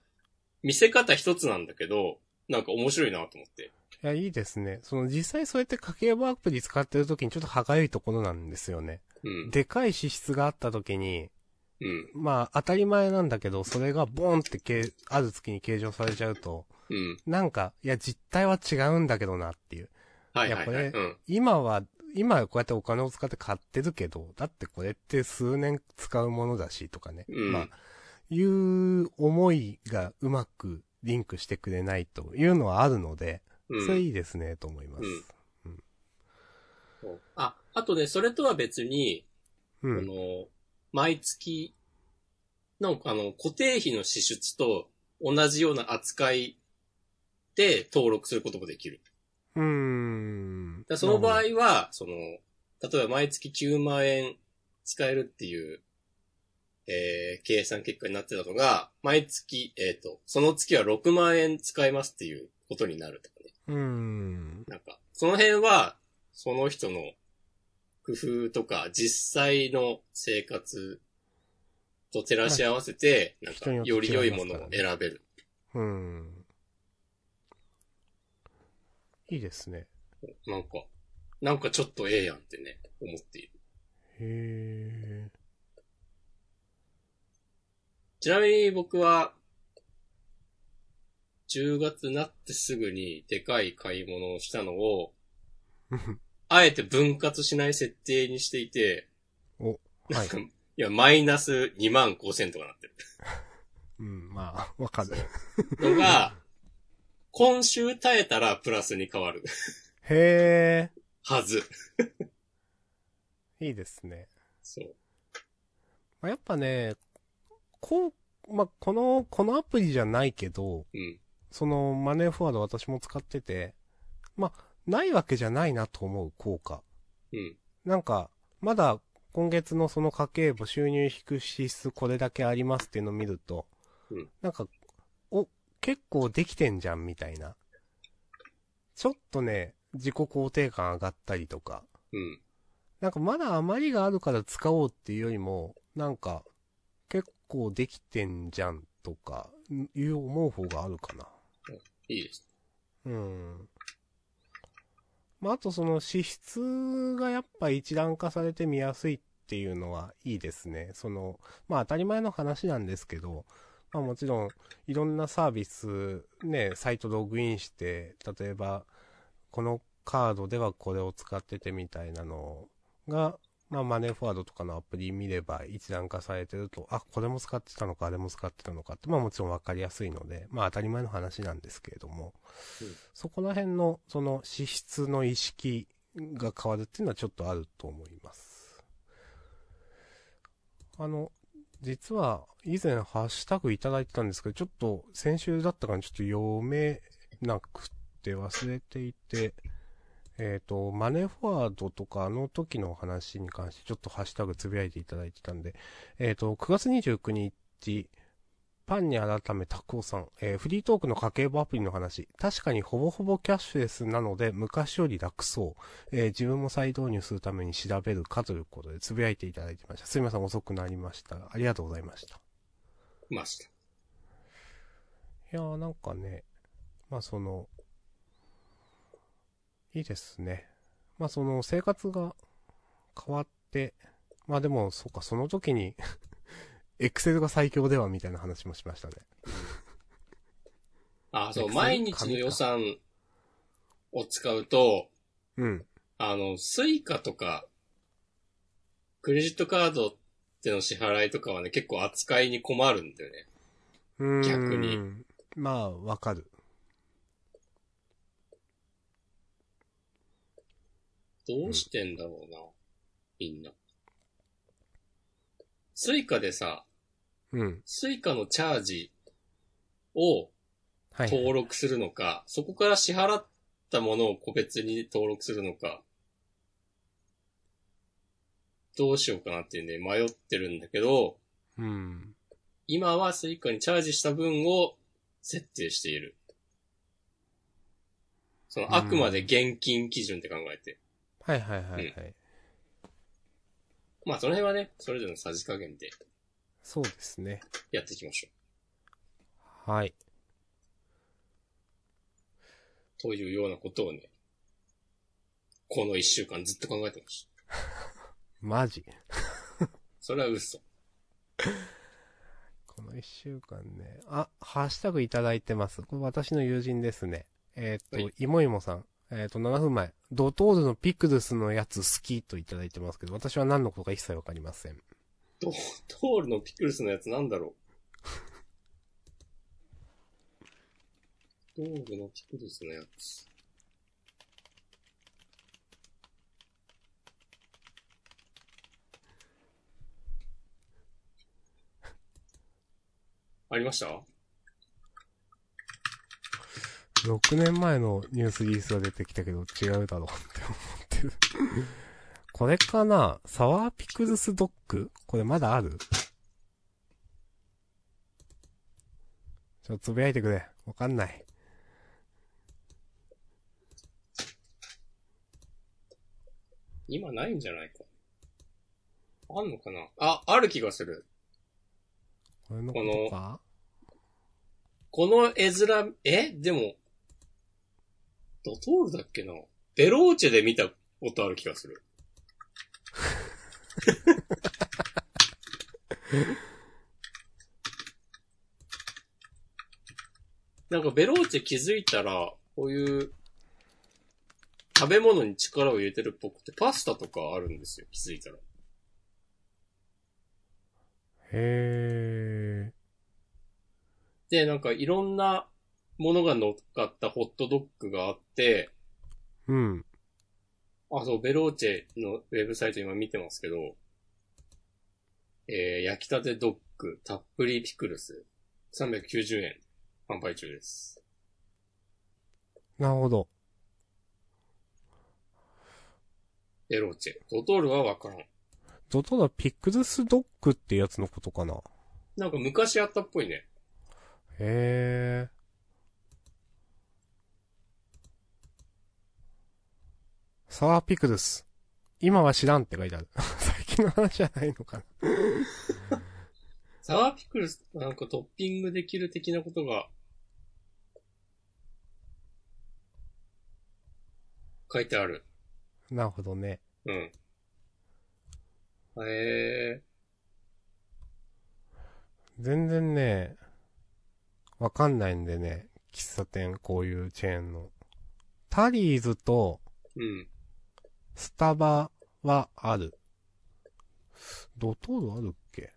Speaker 2: 見せ方一つなんだけど、なんか面白いなと思って。
Speaker 1: いや、いいですね。その実際そうやって家計簿アプリ使ってる時にちょっと歯がゆいところなんですよね。
Speaker 2: うん。
Speaker 1: でかい支出があった時に、
Speaker 2: うん。
Speaker 1: まあ当たり前なんだけど、それがボンってけいある月に計上されちゃうと、
Speaker 2: うん。
Speaker 1: なんか、いや実態は違うんだけどなっていう。
Speaker 2: はいはいはい
Speaker 1: やこれ
Speaker 2: うん。
Speaker 1: 今は、今こうやってお金を使って買ってるけど、だってこれって数年使うものだしとかね。
Speaker 2: うん
Speaker 1: まあ、いう思いがうまくリンクしてくれないというのはあるので、
Speaker 2: うん
Speaker 1: それいいですね、と思います。
Speaker 2: そうあ、あとね、それとは別に、
Speaker 1: うん。
Speaker 2: あの、毎月の、あの、固定費の支出と同じような扱いで登録することもできる。
Speaker 1: うーん。
Speaker 2: だからその場合
Speaker 1: なる
Speaker 2: は、その、例えば毎月9万円使えるっていう、えー、計算結果になってたのが、毎月、えっ、と、その月は6万円使えますっていうことになるとかね。
Speaker 1: ほど、うーん。
Speaker 2: なんか、その辺は、その人の工夫とか、実際の生活と照らし合わせて、なんか、
Speaker 1: 人によって
Speaker 2: より良いも
Speaker 1: 違います
Speaker 2: のを
Speaker 1: からね
Speaker 2: 選べる。
Speaker 1: うん。いいですね。
Speaker 2: なんか、なんかちょっとええやんってね、思っている。
Speaker 1: へ
Speaker 2: ちなみに僕は、10月になってすぐにでかい買い物をしたのを、
Speaker 1: え。
Speaker 2: あえて分割しない設定にしていて、
Speaker 1: お、はい。
Speaker 2: いや、マイナス2万5千とかなってる。
Speaker 1: うん、まあ、わ かる。
Speaker 2: のが、今週耐えたらプラスに変わる
Speaker 1: へ
Speaker 2: はず。
Speaker 1: え、いいですね。
Speaker 2: そう。
Speaker 1: まあ、やっぱね、こう、まあ、この、このアプリじゃないけど、
Speaker 2: うん。
Speaker 1: そのマネーフォワード私も使ってて、まあ、ないわけじゃないなと思う効果。
Speaker 2: うん。
Speaker 1: なんか、まだ今月のその家計簿収入引く支出これだけありますっていうのを見ると、
Speaker 2: うん
Speaker 1: なんか、お、結構できてんじゃんみたいな。ちょっとね、自己肯定感上がったりとか、
Speaker 2: うん。
Speaker 1: なんかまだ余りがあるから使おうっていうよりも、なんか、結構できてんじゃんとか、いう思う方があるかな。
Speaker 2: いいです。
Speaker 1: うん。まあ、あとその支出がやっぱ一覧化されて見やすいっていうのはいいですね。その、まあ当たり前の話なんですけど、まあもちろんいろんなサービスね、サイトログインして、例えばこのカードではこれを使っててみたいなのが、まあマネーフォワードとかのアプリ見れば一覧化されてると、あ、これも使ってたのか、あれも使ってたのかって、まあもちろんわかりやすいので、まあ当たり前の話なんですけれども、そこら辺の、その、資質の意識が変わるっていうのはちょっとあると思います。あの、実は、以前ハッシュタグいただいてたんですけど、ちょっと、先週だったからちょっと読めなくて忘れていて、えっ、と、マネーフォワードとかあの時の話に関してちょっとハッシュタグつぶやいていただいてたんで、えっ、と、9月29日、パンに改めタクオさん、えーフリートークの家計簿アプリの話。確かにほぼほぼキャッシュレスなので昔より楽そう。えー自分も再導入するために調べるかということでつぶやいていただいてました。すみません、遅くなりました。ありがとうございました。
Speaker 2: ました。
Speaker 1: いやーなんかね、まあその、いいですね。まあその生活が変わって、まあでも、そうか、その時に、 エクセルが最強ではみたいな話もしましたね。
Speaker 2: あ、そう、
Speaker 1: Excel？
Speaker 2: 毎日の予算を使うと、
Speaker 1: うん。
Speaker 2: あの、スイカとか、クレジットカードでの支払いとかはね、結構扱いに困るんだよね。
Speaker 1: うーん
Speaker 2: 逆に。
Speaker 1: まあ、わかる。
Speaker 2: どうしてんだろうな、みんな。スイカでさ、
Speaker 1: うん。
Speaker 2: スイカのチャージを
Speaker 1: はい。
Speaker 2: 登録するのか、そこから支払ったものを個別に登録するのか、どうしようかなっていうね、迷ってるんだけど、
Speaker 1: うん。
Speaker 2: 今はスイカにチャージした分を設定している。その、あくまで現金基準って考えて。
Speaker 1: はいはいはいはい。
Speaker 2: まあ、その辺はね、それぞれのさじ加減で
Speaker 1: そうですね。
Speaker 2: やっていきましょ
Speaker 1: はい。
Speaker 2: う。というようなことをね、この一週間ずっと考えてました。
Speaker 1: マジ。
Speaker 2: それは嘘。
Speaker 1: この一週間ね。あ、ハッシュタグいただいてます。これ私の友人ですね。えーっと、
Speaker 2: はい
Speaker 1: いもいもさん。えーっと、7分前。ドトールのピクルスのやつ好きといただいてますけど、私は何のことか一切わかりません。
Speaker 2: トールのピクルスのやつなんだろう。トールのピクルスのやつ。ありました
Speaker 1: 6年前のニュースリリースが出てきたけど違うだろうって思ってる。これかなサワーピクルスドッグこれまだあるちょっとつぶやいてくれ。わかんない。
Speaker 2: 今ないんじゃないか。あんのかなあ、ある気がする。
Speaker 1: これのことか
Speaker 2: この絵面、えでも、ドトールだっけなベローチェで見たことある気がする。なんかベローチェ気づいたら、こういう、食べ物に力を入れてるっぽくて、パスタとかあるんですよ、気づいたら。
Speaker 1: へ
Speaker 2: で、なんかいろんなものが乗っかったホットドッグがあって、
Speaker 1: ー。うん。
Speaker 2: あ、そう、ベローチェのウェブサイト今見てますけど、えー、焼きたてドッグ、たっぷりピクルス、390円、販売中です。
Speaker 1: なるほど。
Speaker 2: ベローチェ。ドトールはわからん。
Speaker 1: ドトールはピクルスドッグってやつのことかな
Speaker 2: なんか昔あったっぽいね。
Speaker 1: へえ。サワーピクルス。今は知らんって書いてある。 最近の話じゃないのかな。
Speaker 2: サワーピクルス、なんかトッピングできる的なことが、書いてある。
Speaker 1: なるほどね。
Speaker 2: うん。え
Speaker 1: 全然ね、わかんないんでね。喫茶店、こういうチェーンの。タリーズと
Speaker 2: ー、うん。
Speaker 1: スタバはある。ドトールあるっけ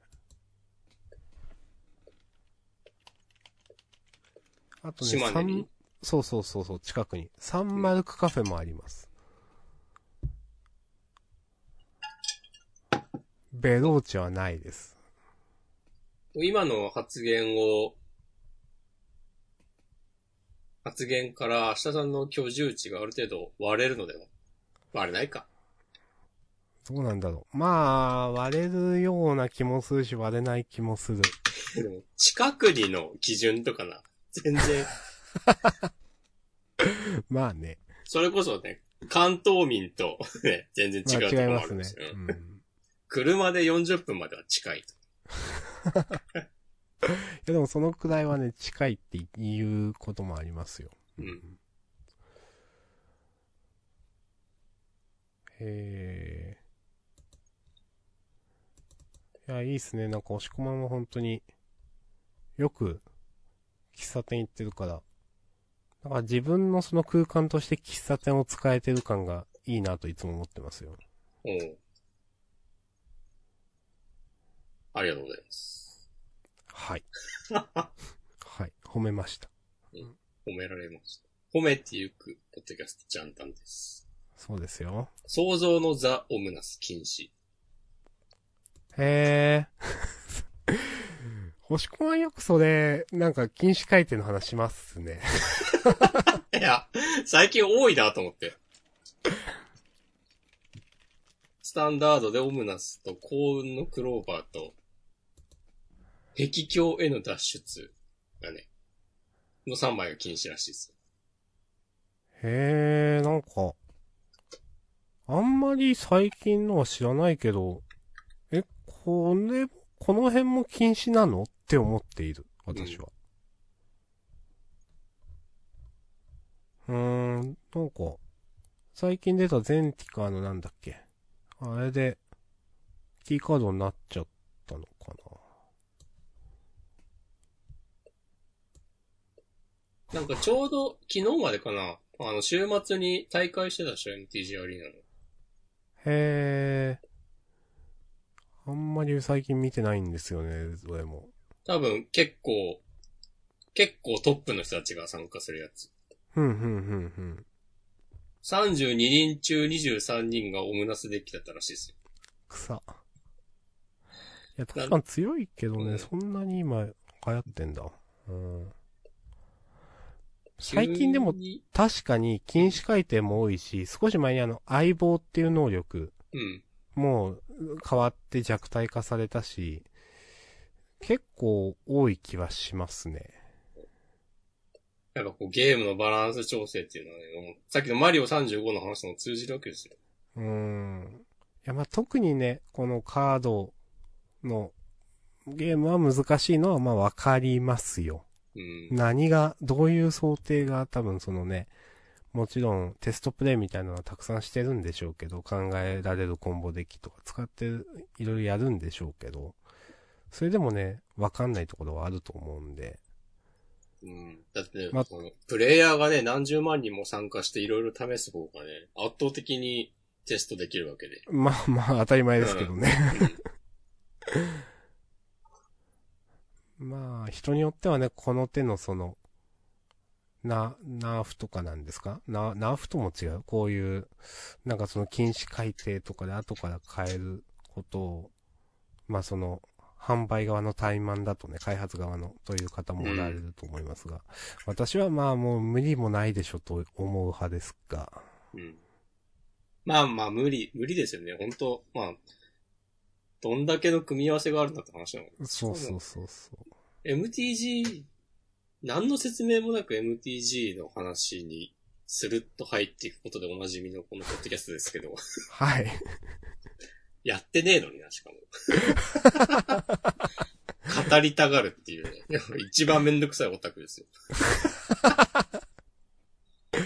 Speaker 1: あとね、
Speaker 2: 島根に
Speaker 1: 三そうそうそうそう、近くに。サンマルクカフェもあります。ベローチェはないです。
Speaker 2: 今の発言を、発言から明日さんの居住地がある程度割れるのでは割れないか。
Speaker 1: どうなんだろう。まあ、割れるような気もするし、割れない気もする。
Speaker 2: でも、近くにの基準とかな。全然、
Speaker 1: まあね。
Speaker 2: それこそね、関東民と、ね、全然違うとこ
Speaker 1: まあ違い
Speaker 2: ろ
Speaker 1: ま
Speaker 2: ある
Speaker 1: す
Speaker 2: ん
Speaker 1: ね
Speaker 2: ですよ。。
Speaker 1: うん
Speaker 2: 車で40分までは近い
Speaker 1: い
Speaker 2: と。
Speaker 1: やでもそのくらいはね、近いって言うこともありますよ。
Speaker 2: うん。
Speaker 1: へえ。いや、いいっすね。なんか押し込まんも本当に、よく、喫茶店行ってるから、なんか自分のその空間として喫茶店を使えてる感がいいなといつも思ってますよ。
Speaker 2: おうありがとうございます。
Speaker 1: はい。はい。褒めました。
Speaker 2: 褒められました。褒めてゆく、ポッドキャストジャンタンです。
Speaker 1: そうですよ。
Speaker 2: 想像のザ・オムナス禁止。
Speaker 1: へえ。 星子はよくそれ、なんか禁止改定の話しますね。
Speaker 2: いや、最近多いなと思って。スタンダードでオムナスと幸運のクローバーと、壁境への脱出がね、の3枚が禁止らしいです。
Speaker 1: へえ、なんか、あんまり最近のは知らないけど、え、これ、この辺も禁止なのって思っている、私は。うーん、なんか、最近出たゼンティカーのなんだっけあれで、キーカードになっちゃったのかな。
Speaker 2: なんかちょうど昨日までかな、あの、週末に大会してたでしょ、MTG アリーナの。
Speaker 1: へえ。あんまり最近見てないんですよね、どれも。
Speaker 2: 多分結構、結構トップの人たちが参加するやつ。
Speaker 1: ふんふんふんふん。
Speaker 2: 32人中23人がオムナスデッキだったらしいですよ。
Speaker 1: 草。いや、確かに強いけど
Speaker 2: う
Speaker 1: ね、
Speaker 2: ん
Speaker 1: そんなに今流行ってんだ。うん。最近でも
Speaker 2: 急に
Speaker 1: 確かに禁止回転も多いし、少し前にあの、相棒っていう能力、
Speaker 2: うん。
Speaker 1: もう変わって弱体化されたし、結構多い気はしますね。
Speaker 2: やっぱこうゲームのバランス調整っていうのはね、もうさっきのマリオ35の話とも通じるわけですよ。
Speaker 1: うーん。いや、まあ、特にね、このカードのゲームは難しいのは、まあ、わかりますよ。
Speaker 2: うん。
Speaker 1: 何が、どういう想定が多分そのね、もちろんテストプレイみたいなのはたくさんしてるんでしょうけど、考えられるコンボデッキとか使っていろいろやるんでしょうけど、それでもね、わかんないところはあると思うんで、
Speaker 2: うん。だって、ね
Speaker 1: ま
Speaker 2: このプレイヤーがね、何十万人も参加していろいろ試す方がね、圧倒的にテストできるわけで。
Speaker 1: まあまあ当たり前ですけどね。まあ人によってはね、この手のその、な、ナーフとかなんですかな、ナーフとも違う。こういう、なんかその禁止改定とかで後から変えることを、まあその、販売側の怠慢だとね、開発側のという方もおられると思いますが、私はまあもう無理もないでしょと思う派ですが、
Speaker 2: うん。まあまあ、無理、無理ですよね。本当まあ、どんだけの組み合わせがあるんだって話なの。
Speaker 1: そうそうそうそう。
Speaker 2: MTG、何の説明もなく MTG の話にスルッと入っていくことでおなじみのこのポッドキャストですけど、
Speaker 1: はい。
Speaker 2: やってねえのにな、しかも。語りたがるっていうね。一番めんどくさいオタクですよ。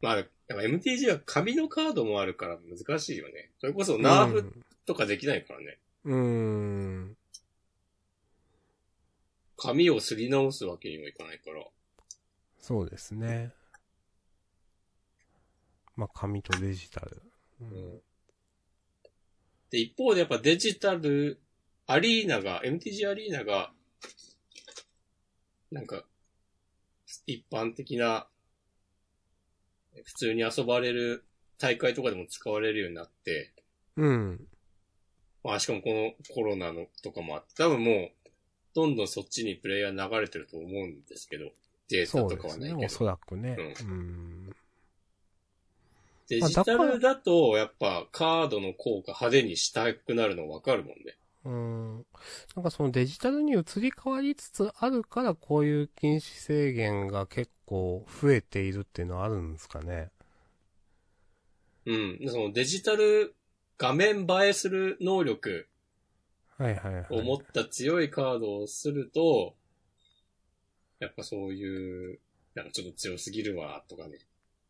Speaker 2: まあ、やっぱ MTG は紙のカードもあるから難しいよね。それこそナーフとかできないからね。
Speaker 1: うん。う
Speaker 2: 紙をすり直すわけにもいかないから。
Speaker 1: ーんそうですね。まあ、紙とデジタル。うん。
Speaker 2: で、一方でやっぱデジタル、アリーナが、MTG アリーナが、なんか、一般的な、普通に遊ばれる大会とかでも使われるようになって、
Speaker 1: うん。
Speaker 2: まあしかもこのコロナのとかもあって、多分もう、どんどんそっちにプレイヤー流れてると思うんですけど、デー
Speaker 1: そ
Speaker 2: タ
Speaker 1: う
Speaker 2: と
Speaker 1: で
Speaker 2: かは
Speaker 1: す
Speaker 2: ない
Speaker 1: ね。
Speaker 2: け
Speaker 1: お
Speaker 2: ど。
Speaker 1: そらくね。
Speaker 2: う
Speaker 1: うん。
Speaker 2: デ
Speaker 1: まあ
Speaker 2: ジ
Speaker 1: だか
Speaker 2: タ
Speaker 1: ら
Speaker 2: ルだと、やっぱカードの効果派手にしたくなるのわかるもんね。
Speaker 1: うん。なんかそのデジタルに移り変わりつつあるから、こういう禁止制限が結構増えているっていうのはあるんですかね。
Speaker 2: うん。そのデジタル画面映えする能力
Speaker 1: はいはいはい。
Speaker 2: を持った強いカードをすると、やっぱそういう、なんかちょっと強すぎるわ、とかね、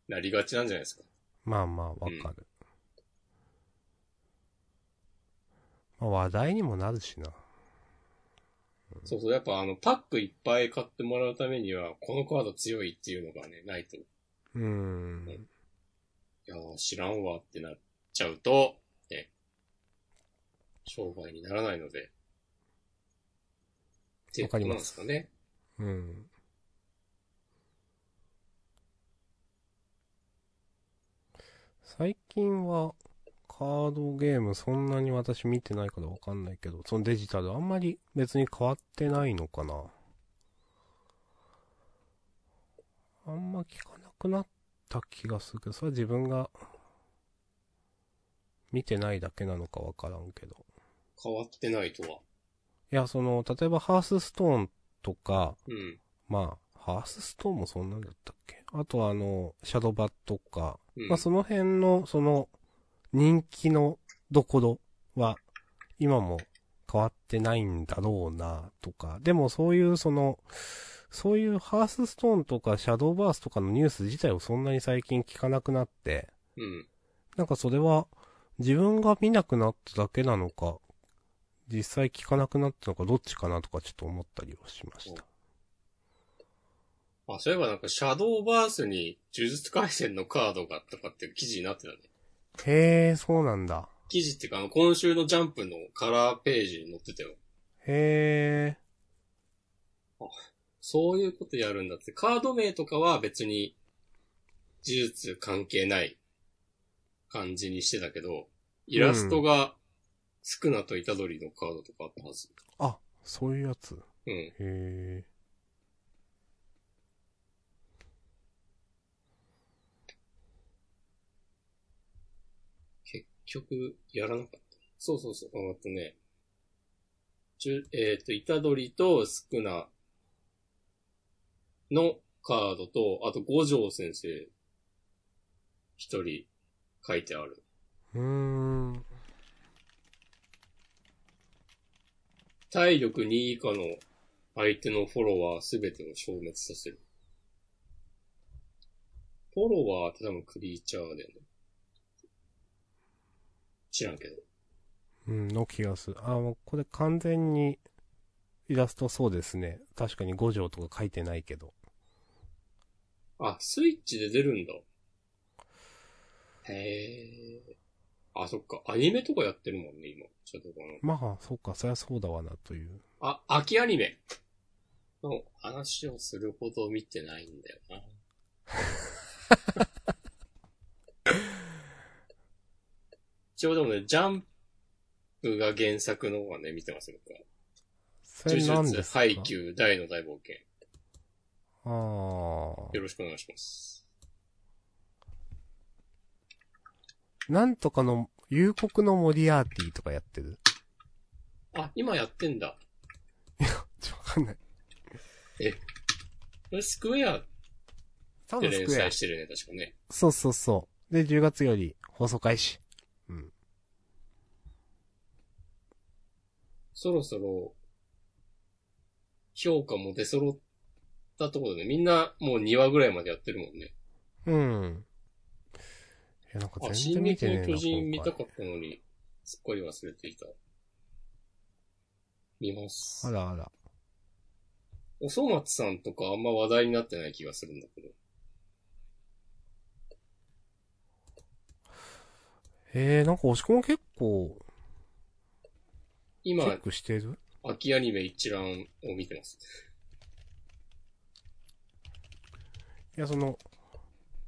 Speaker 2: なりがちなんじゃないですか。
Speaker 1: まあまあ、わかる。まあ、話題にもなるしな。
Speaker 2: そうそう、やっぱあの、パックいっぱい買ってもらうためには、このカード強いっていうのがね、ないと、い
Speaker 1: うん。
Speaker 2: やー知らんわってなっちゃうと、ね、商売にならないので、っていうことなんですかね。
Speaker 1: うん。最近は、カードゲームそんなに私見てないからわかんないけど、そのデジタルあんまり別に変わってないのかな。あんま聞かなくなった気がするけど、それは自分が見てないだけなのかわからんけど。
Speaker 2: 変わってないとは。
Speaker 1: いや、その、例えばハースストーンとか、
Speaker 2: うん。
Speaker 1: まあ、ハースストーンもそんなんだったっけあとはあの、シャドバとか、
Speaker 2: うん、
Speaker 1: まあその辺の、その、人気のどころは、今も変わってないんだろうな、とか。でもそういうその、そういうハースストーンとかシャドーバースとかのニュース自体をそんなに最近聞かなくなって、
Speaker 2: うん。
Speaker 1: なんかそれは自分が見なくなっただけなのか、実際聞かなくなったのかどっちかなとかちょっと思ったりはしました。
Speaker 2: あ、そういえばなんか、シャドーバースに呪術回戦のカードがとかって記事になってたね。
Speaker 1: へえ、そうなんだ。
Speaker 2: 記事っていうか、あの、今週のジャンプのカラーページに載ってたよ。
Speaker 1: へえ、
Speaker 2: そういうことやるんだって。カード名とかは別に、呪術関係ない感じにしてたけど、イラストが、スクナとイタドリのカードとかあったはず。
Speaker 1: あ、そういうやつ。
Speaker 2: うん。
Speaker 1: へえ。
Speaker 2: 結局、やらなかった。そうそうそう。あとね、じゅえっ、と、イタドリとスクナのカードと、あと五条先生、一人書いてある。
Speaker 1: うーん。
Speaker 2: 体力2以下の相手のフォロワーすべてを消滅させる。フォロワーって多分クリーチャーだよね。知らんけど。
Speaker 1: うん、の気がする。あ、もうこれ完全に、イラストそうですね。確かに五条とか書いてないけど。
Speaker 2: あ、スイッチで出るんだ。へえ。あ、そっか。アニメとかやってるもんね、今。ちょっとこの。
Speaker 1: まあ、そっか、そりゃそうだわな、という。
Speaker 2: あ、秋アニメの話をするほど見てないんだよ な。一応でもね、ジャンプが原作の方はね、見てます僕は。
Speaker 1: そ
Speaker 2: 呪
Speaker 1: れなんで
Speaker 2: 術、
Speaker 1: すか
Speaker 2: ハイキュー、大の大冒険。
Speaker 1: ああ
Speaker 2: よ。ろしくお願いします。
Speaker 1: なんとかの、幽国のモリアーティとかやってる
Speaker 2: あ、今やってんだ。
Speaker 1: ちょ、わかんない。
Speaker 2: これスクエア
Speaker 1: 多
Speaker 2: で
Speaker 1: 分ス
Speaker 2: 連
Speaker 1: クエア
Speaker 2: 載。してるよね、確かね。
Speaker 1: そうそうそう。で、10月より放送開始。うん。
Speaker 2: そろそろ、評価も出揃ったところで、みんなもう2話ぐらいまでやってるもんね。
Speaker 1: うん。いや、なんか
Speaker 2: あ、
Speaker 1: 全
Speaker 2: 進
Speaker 1: 然見
Speaker 2: 撃
Speaker 1: てねえ
Speaker 2: の
Speaker 1: な。
Speaker 2: 巨人見
Speaker 1: 今
Speaker 2: た
Speaker 1: 回
Speaker 2: かったのに、すっかり忘れていた。見ます
Speaker 1: あ。らあら。
Speaker 2: おそ松さんとかあんま話題になってない気がするんだけど。
Speaker 1: えー、なんか押し込み結構、チ
Speaker 2: 今
Speaker 1: ェ、ックしてる
Speaker 2: 秋アニメ一覧を見てます。
Speaker 1: いや、その、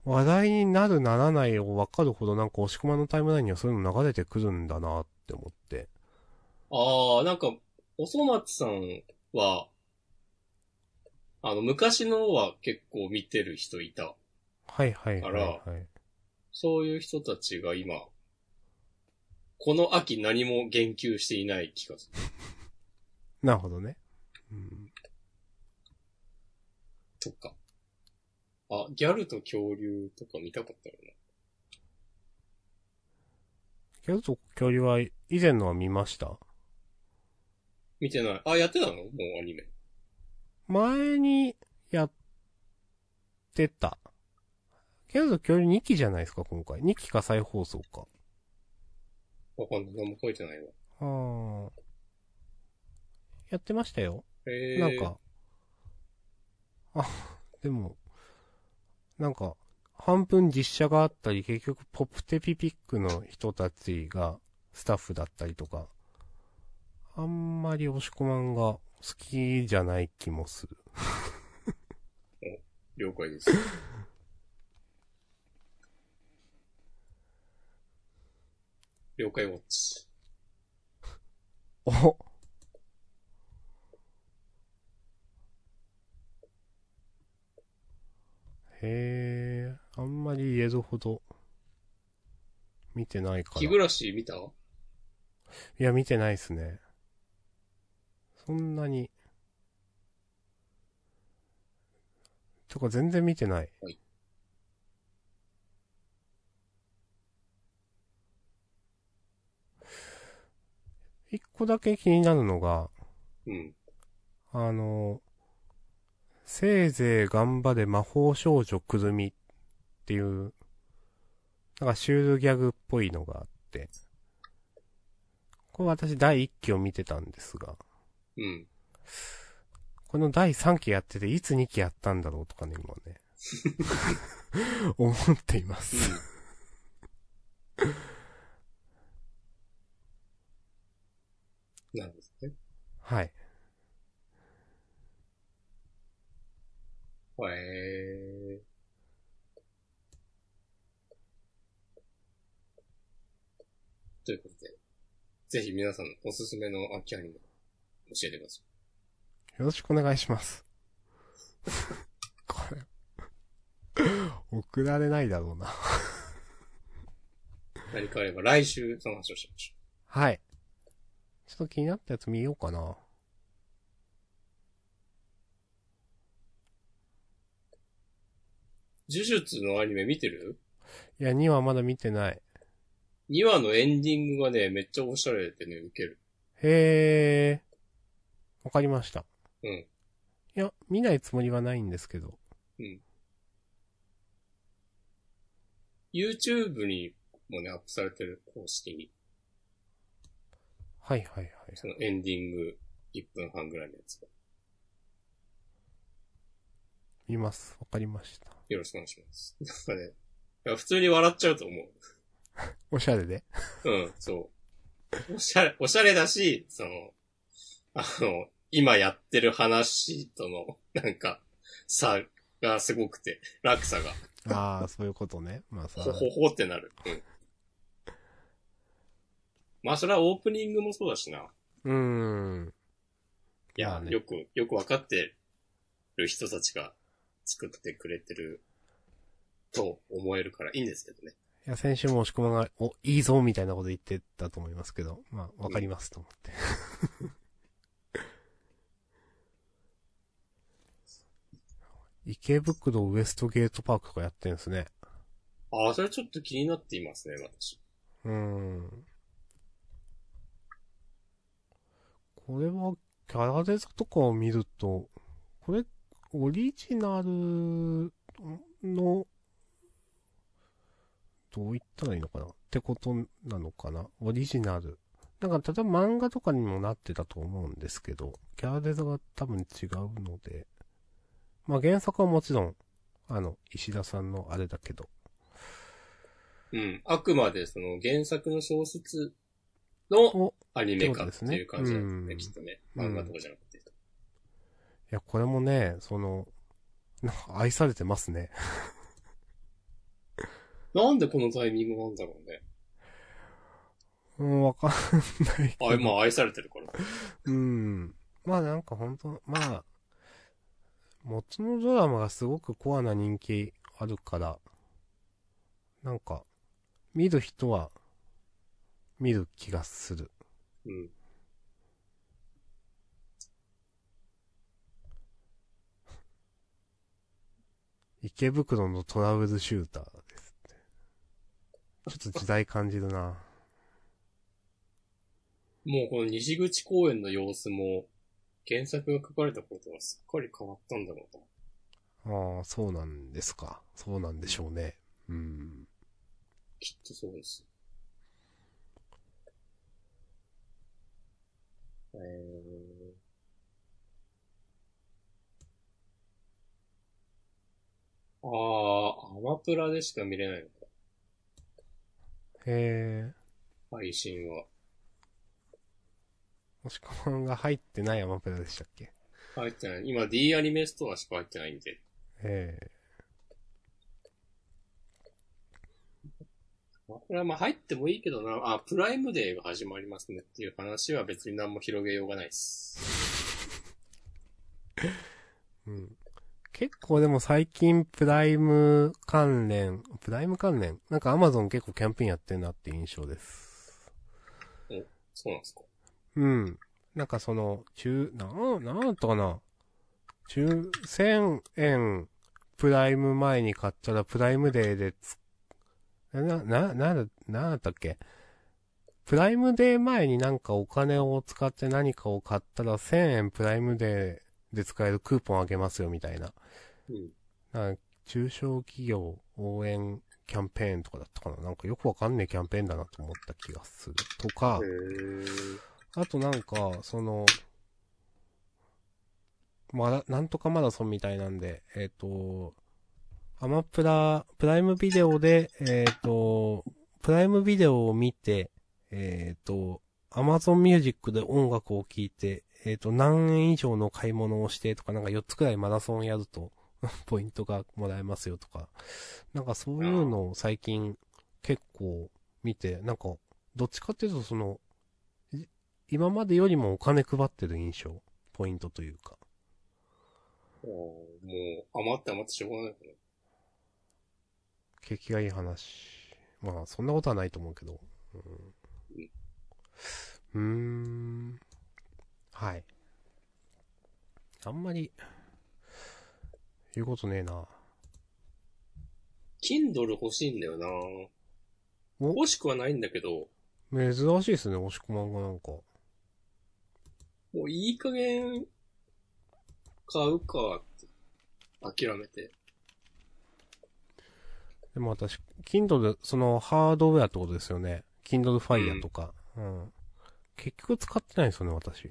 Speaker 1: 話題になるならないを分かるほどなんか押し込まのタイムラインにはそういうの流れてくるんだなって思って。
Speaker 2: あー、なんか、おそ松さんは、あの、昔のは結構見てる人いた。
Speaker 1: はいはいはい、はい。
Speaker 2: そういう人たちが今、この秋何も言及していない気がする。
Speaker 1: なるほどね。うん、
Speaker 2: とか。あ、ギャルと恐竜とか見たかったよね。
Speaker 1: けど、恐竜は以前のは見ました
Speaker 2: 見てない。あ、やってたのもうアニメ。
Speaker 1: 前にやってた。けど、恐竜2期じゃないですか、今回。2期か再放送か。
Speaker 2: わかんない。何も書いてないわ。
Speaker 1: あーやってましたよ。
Speaker 2: へー
Speaker 1: なんか、あ、でも、なんか、半分実写があったり、結局、ポプテピピックの人たちがスタッフだったりとか、あんまり押し込まんが好きじゃない気もする。
Speaker 2: 了 解です。了解ウォッチ。
Speaker 1: おへえ、あんまり言えるほど、見てないから。
Speaker 2: 日暮らし見た
Speaker 1: いや、見てないですね。そんなに。とか、全然見てない。一個だけ気になるのが、
Speaker 2: うん。
Speaker 1: あの、せいぜい頑張れ魔法少女くるみっていう、なんかシュールギャグっぽいのがあって、これ私第一期を見てたんですが、
Speaker 2: うん。
Speaker 1: この第3期やってて、いつ2期やったんだろうとかね、今ね。思っています。
Speaker 2: なるほどね。
Speaker 1: はい。
Speaker 2: へえ。ということで、ぜひ皆さんのおすすめの秋アニメ教えてくださ
Speaker 1: よろしくお願いします。 これ。送られないだろうな。
Speaker 2: い。何かあれば来週その話をしましょ
Speaker 1: はい。ちょっと気になったやつ見ようかな。
Speaker 2: う。呪術のアニメ見てる
Speaker 1: いや、2はまだ見てない。
Speaker 2: ?2 話のエンディングがね、めっちゃオシャレでね、ウケる。
Speaker 1: へー。わかりました。
Speaker 2: うん
Speaker 1: いや、見ないつもりはないんですけど。
Speaker 2: YouTube にもね、アップされてる公式に、
Speaker 1: はいはいはい。
Speaker 2: そのエンディング1分半ぐらいのやつが。
Speaker 1: 見ます。わかりました。
Speaker 2: よろしくお願いします。なんかね、いや普通に笑っちゃうと思う。
Speaker 1: おしゃれで。
Speaker 2: うん、そう。おしゃれ、おしゃれだし、その、あの、今やってる話との、なんか、差がすごくて、落差が、
Speaker 1: ああ、そういうことね。まあさ
Speaker 2: ほ。ほほってなる。うん。まあ、それはオープニングもそうだしな。
Speaker 1: うーん。
Speaker 2: い
Speaker 1: まあ
Speaker 2: や、
Speaker 1: ね
Speaker 2: よく、よくわかってる人たちが作ってくれてると思えるからいいんですけどね。
Speaker 1: いや、先週も押し込まが、お、いいぞ、みたいなこと言ってたと思いますけど。まあ、わかりますと思って。 池袋ウエストゲートパークとかやってんですね。
Speaker 2: ああ、それちょっと気になっていますね、私。
Speaker 1: うーん。これは、キャラデザとかを見ると、これ、オリジナルの、どう言ったらいいのかなってことなのかなオリジナル。なんか、例えば漫画とかにもなってたと思うんですけど、キャラデザが多分違うので、まあ原作はもちろん、あの、石田さんのあれだけど、
Speaker 2: うん。あくまでその原作の小説の
Speaker 1: お
Speaker 2: アニメ化
Speaker 1: そう
Speaker 2: っ
Speaker 1: で
Speaker 2: て
Speaker 1: すね
Speaker 2: いう感じなん
Speaker 1: う
Speaker 2: で
Speaker 1: ん
Speaker 2: すね、きっとね。
Speaker 1: うん
Speaker 2: 漫画とかじゃなくて。
Speaker 1: いや、これもね、その、なんか愛されてますね。
Speaker 2: なんでこのタイミングなんだろうね。
Speaker 1: うん、わかんないけど。
Speaker 2: あ、まあ愛されてるから。
Speaker 1: うん。まあなんか本当まあ、元のドラマがすごくコアな人気あるから、なんか、見る人は、見る気がする。
Speaker 2: うん。
Speaker 1: 池袋のトラブルシューターですって。ちょっと時代感じるな。
Speaker 2: もうこの西口公園の様子も、原作が書かれたことはすっかり変わったんだろうと。
Speaker 1: ああ、そうなんですか。そうなんでしょうね。うん。
Speaker 2: きっとそうです。えー、あー、アマプラでしか見れないのか、
Speaker 1: へえ。
Speaker 2: 配信は。
Speaker 1: もしこんが入ってないアマプラでしたっけ
Speaker 2: 入ってない。今 D アニメストアしか入ってないんで。
Speaker 1: ええ
Speaker 2: これはまあ入ってもいいけどな。あ、プライムデーが始まりますねっていう話は別に何も広げようがないです。
Speaker 1: うん。結構でも最近プライム関連、プライム関連なんかアマゾン結構キャンペーンやってるなって印象です。
Speaker 2: そうなんですか。
Speaker 1: うん。なんかその、中、なん、なんだったかな中、1000円プライム前に買ったらプライムデーでつ、な、な、なんだ、なんだったっけプライムデー前になんかお金を使って何かを買ったら1000円プライムデーで使えるクーポンあげますよみたいな。
Speaker 2: うん。
Speaker 1: なんか中小企業応援キャンペーンとかだったかななんかよくわかんねえキャンペーンだなと思った気がする。とか、
Speaker 2: へー
Speaker 1: あとなんか、その、まだ、なんとかマラソンみたいなんで、えっ、と、アマプラ、プライムビデオで、えっ、と、プライムビデオを見て、えっ、と、アマゾンミュージックで音楽を聴いて、えっ、と、何円以上の買い物をしてとか、なんか4つくらいマラソンやると、 ポイントがもらえますよとか、なんかそういうのを最近結構見て、なんか、どっちかっていうとその、い今までよりもお金配ってる印象、ポイントというか。
Speaker 2: あーもう、余って余ってしょうがないから。
Speaker 1: 景気がいい話。まあ、そんなことはないと思うけど。うん。うーん。はい。あんまり、言うことねえな。
Speaker 2: Kindle 欲しいんだよな
Speaker 1: お
Speaker 2: 欲しくはないんだけど、
Speaker 1: 珍しいですね、押し込まんがなんか。
Speaker 2: もういい加減、買うかって、諦めて。
Speaker 1: でも私、Kindle、そのハードウェアってことですよね。Kindle Fire とか。うん。結局使ってないんですよね、私。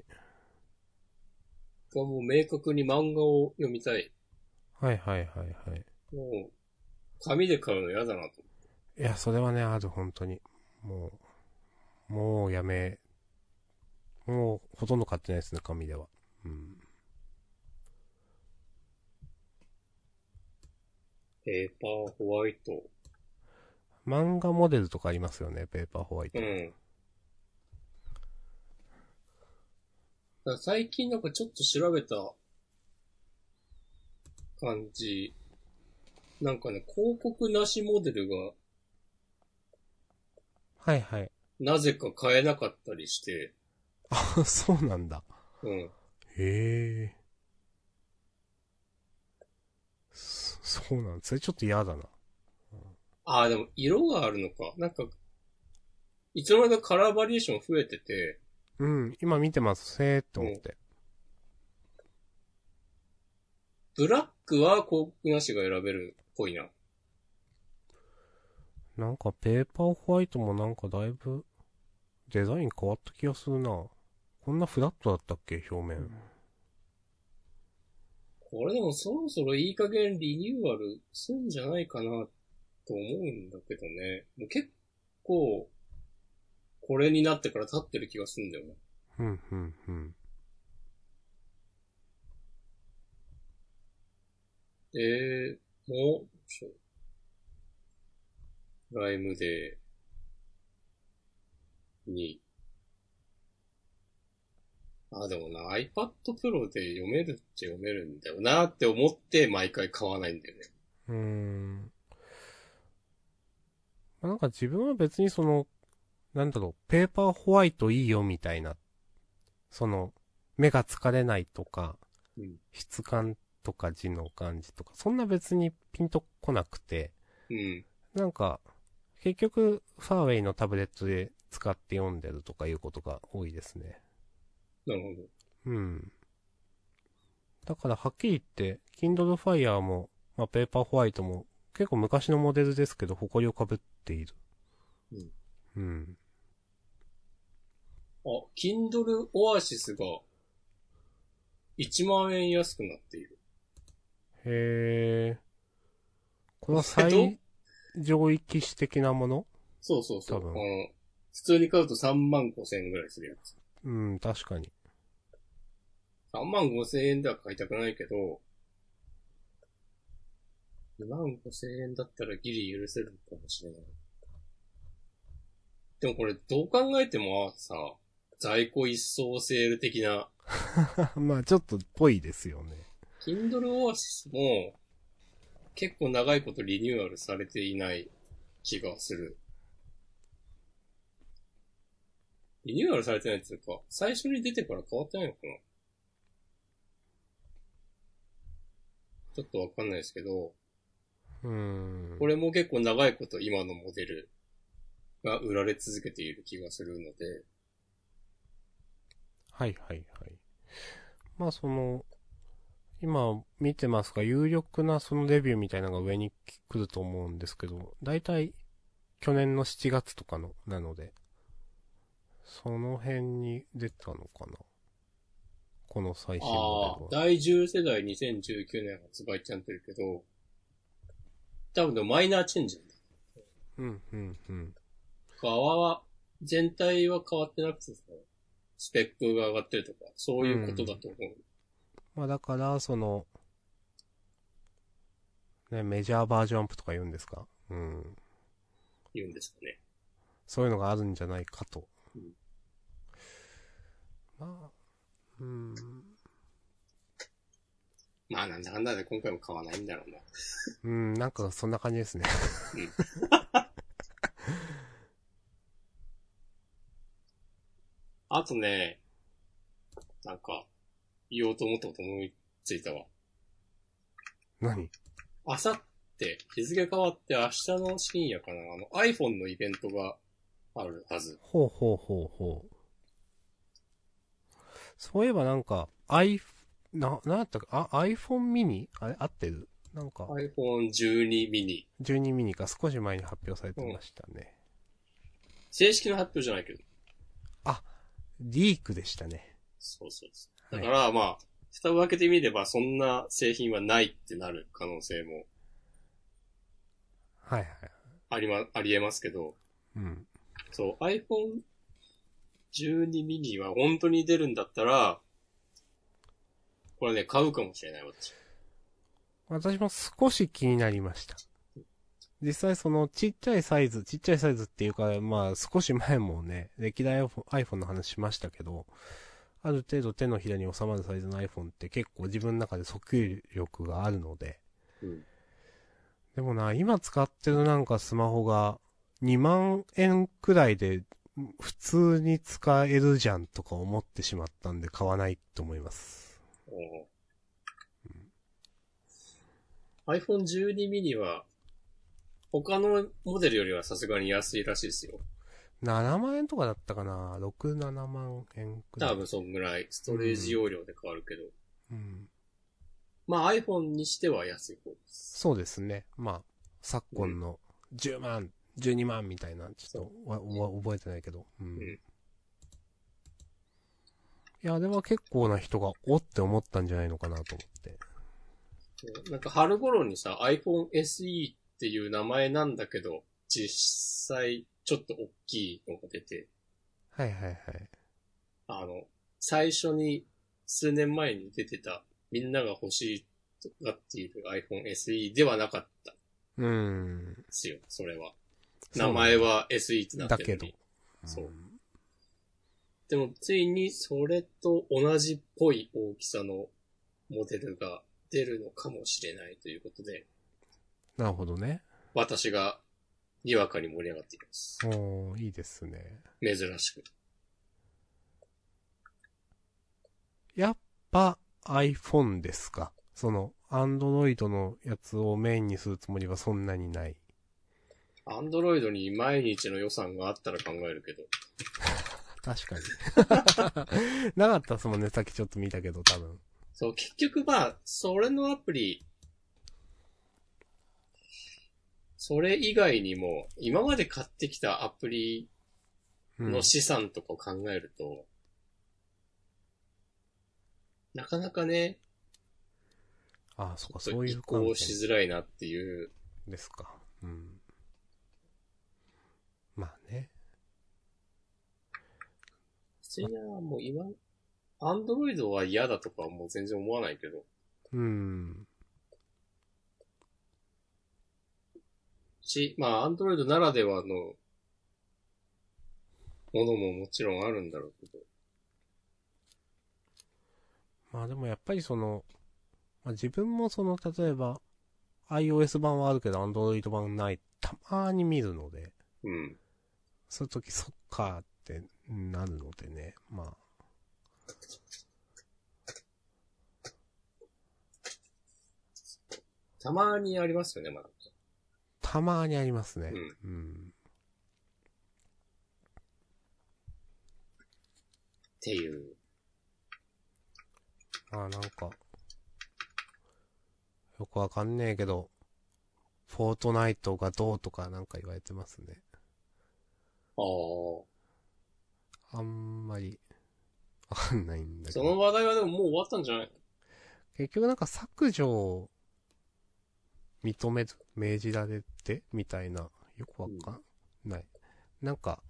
Speaker 2: がもう明確に漫画を読みたい。
Speaker 1: はいはいはいはい。
Speaker 2: もう、紙で買うの嫌だなと。
Speaker 1: いや、それはね、ある、本当に。もう、もうやめ、もうほとんど買ってないですね、紙では。うん。
Speaker 2: ペーパーホワイト。
Speaker 1: 漫画モデルとかありますよね、ペーパーホワイト。
Speaker 2: うん。だから最近なんかちょっと調べた感じ。なんかね、広告なしモデルが
Speaker 1: はいはい。
Speaker 2: なぜか買えなかったりして、
Speaker 1: あ、そうなんだ。
Speaker 2: うん。
Speaker 1: へえ。そそうなんそれちょっと嫌だな。
Speaker 2: ああ、でも色があるのか。なんか、いつの間にかカラーバリエーション増えてて、
Speaker 1: うん、今見てます、へえって思って。
Speaker 2: ブラックは広告なしが選べるっぽいな。
Speaker 1: なんかペーパーホワイトもなんかだいぶデザイン変わった気がするな。こんなフラットだったっけ表面。
Speaker 2: これでもそろそろいい加減リニューアルすんじゃないかなと思うんだけどね。もう結構、これになってから経ってる気がするんだよね。
Speaker 1: うん、うん、うん。
Speaker 2: で、もう、そうプライムデーに、あ、でもな、iPad Pro で読めるっちゃ読めるんだよなって思って毎回買わないんだよね。
Speaker 1: うーん。まあなんか自分は別にその、なんだろう、ペーパーホワイトいいよみたいな、その、目が疲れないとか、
Speaker 2: うん
Speaker 1: 質感とか字の感じとか、そんな別にピンとこなくて、
Speaker 2: うん。
Speaker 1: なんか、結局、ファーウェイのタブレットで使って読んでるとかいうことが多いですね。
Speaker 2: なるほど。
Speaker 1: うん。だからはっきり言って、Kindle Fire も、まあ、ペーパーホワイトも、結構昔のモデルですけど、埃をかぶっている。うん。
Speaker 2: あ、Kindle Oasis が1万円安くなっている。
Speaker 1: へー。これは
Speaker 2: えっと
Speaker 1: 最上位機種的なもの
Speaker 2: そうそうそう。あ
Speaker 1: 多
Speaker 2: の
Speaker 1: 分、
Speaker 2: 普通に買うと3万5千円ぐらいするやつ。
Speaker 1: うん、確かに。
Speaker 2: 3万5千円では買いたくないけど、2万5千円だったらギリ許せるかもしれない。でもこれどう考えてもさ、在庫一掃セール的な、
Speaker 1: まあ、ちょっとっぽいですよね。
Speaker 2: Kindle Oasis も結構長いことリニューアルされていない気がする。リニューアルされてないっていうか、最初に出てから変わってないのかなちょっとわかんないですけど、
Speaker 1: うん。
Speaker 2: これも結構長いこと今のモデルが売られ続けている気がするので、
Speaker 1: はいはいはい。まあその、今見てますが、有力なそのレビューみたいなのが上に来ると思うんですけど、だいたい去年の7月とかの、なので、その辺に出たのかな。この最新
Speaker 2: あ
Speaker 1: モデ
Speaker 2: あ、
Speaker 1: ルは。
Speaker 2: 第10世代2019年発売ってなってるけど、多分でもマイナーチェンジなんだ。
Speaker 1: うん、うん、うん。
Speaker 2: 側は、全体は変わってなくてですね、スペックが上がってるとか、そういうことだと思う。
Speaker 1: まあだから、その、ね、メジャーバージョンアップとか言うんですかうん。
Speaker 2: 言うんですかね。
Speaker 1: そういうのがあるんじゃないかと
Speaker 2: うん。
Speaker 1: まあ、うん。
Speaker 2: まあなんだかんだで今回も買わないんだろうな。
Speaker 1: うん、なんかそんな感じですね。
Speaker 2: あとね、なんか、言おうと思ったこと思いついたわ。
Speaker 1: 何
Speaker 2: あさって、日付変わって明日の深夜かな、あの iPhone のイベントがあるはず。
Speaker 1: ほうほうほうほう。そういえばなんか、i、な、なんやったか、あ、iPhone mini? あれ、合ってるなんか、
Speaker 2: iPhone12 mini。
Speaker 1: 12 mini か少し前に発表されてましたね。
Speaker 2: 正式な発表じゃないけど。
Speaker 1: リークでしたね。
Speaker 2: そうそうそう。
Speaker 1: は
Speaker 2: だ
Speaker 1: い
Speaker 2: からまあ、蓋を開けてみればそんな製品はないってなる可能性も
Speaker 1: はいはい。
Speaker 2: ありま、ありえますけど、
Speaker 1: うん。
Speaker 2: そう、iPhone12 mini は本当に出るんだったら、これね、買うかもしれない、私。
Speaker 1: 私も少し気になりました。実際そのちっちゃいサイズ、ちっちゃいサイズっていうか、まあ少し前もね、歴代 iPhone iPhone の話しましたけど、ある程度手のひらに収まるサイズの iPhone って結構自分の中で訴求力があるので、
Speaker 2: うん。
Speaker 1: でもな、今使ってるなんかスマホが2万円くらいで普通に使えるじゃんとか思ってしまったんで買わないと思います。
Speaker 2: おー iPhone12 mini は、他のモデルよりはさすがに安いらしいですよ。
Speaker 1: 7万円とかだったかな ?6、7万円くらい。
Speaker 2: 多分そんぐらい、ストレージ容量で変わるけど。
Speaker 1: うん。
Speaker 2: まあ iPhone にしては安い方です。
Speaker 1: そうですね。まあ、昨今の10万、12万みたいな、ちょっとわわ覚えてないけど。うん。
Speaker 2: うん
Speaker 1: いや、あれは結構な人がおって思ったんじゃないのかなと思って。
Speaker 2: なんか春頃にさ、iPhone SE っていう名前なんだけど、実際ちょっと大きいのが出て、
Speaker 1: はいはいはい。
Speaker 2: あの、最初に数年前に出てた、みんなが欲しいとかっていう iPhone SE ではなかったん
Speaker 1: う
Speaker 2: で
Speaker 1: ーん。
Speaker 2: すよ、それは。名前は SE ってなってるのに。
Speaker 1: そ
Speaker 2: そうう
Speaker 1: なんだ。ん
Speaker 2: でもついにそれと同じっぽい大きさのモデルが出るのかもしれないということで、
Speaker 1: なるほどね。
Speaker 2: 私がにわかに盛り上がっています。
Speaker 1: おー、いいですね。
Speaker 2: 珍しく。
Speaker 1: やっぱ iPhone ですかその、Android のやつをメインにするつもりはそんなにない。
Speaker 2: アンドロイドに毎日の予算があったら考えるけど、
Speaker 1: 確かに。 なかったですもんね、さっきちょっと見たけど、多分。
Speaker 2: そう、結局まあ、それのアプリ、それ以外にも、今まで買ってきたアプリ
Speaker 1: うん
Speaker 2: の資産とかを考えると、なかなかね、
Speaker 1: ああ、そっか、そ
Speaker 2: ちょっと
Speaker 1: うい
Speaker 2: 移
Speaker 1: う観点
Speaker 2: 行しづらいなっていう、
Speaker 1: ですか。うん。まあね。
Speaker 2: 普通にもう今、アンドロイドは嫌だとかはもう全然思わないけど、
Speaker 1: うん。
Speaker 2: し、まあ、アンドロイドならではのものももちろんあるんだろうけど、
Speaker 1: まあでもやっぱりその、まあ、自分もその、例えば、iOS 版はあるけど、Android 版ない、たまーに見るので、
Speaker 2: うん。
Speaker 1: そういう時、そっかーってなるのでね、ま
Speaker 2: たまにありますよね、まだ。
Speaker 1: あ、たまーにありますね。うん。
Speaker 2: っていう。
Speaker 1: まあなんか、よくわかんねえけど、フォートナイトがどうとかなんか言われてますね。
Speaker 2: ああ。
Speaker 1: あんまり、わかんないんだけ
Speaker 2: そ
Speaker 1: ど。
Speaker 2: の話題はでももう終わったんじゃない
Speaker 1: 結局なんか削除を認めず、命じられて、みたいな、よくわかんない。なんか、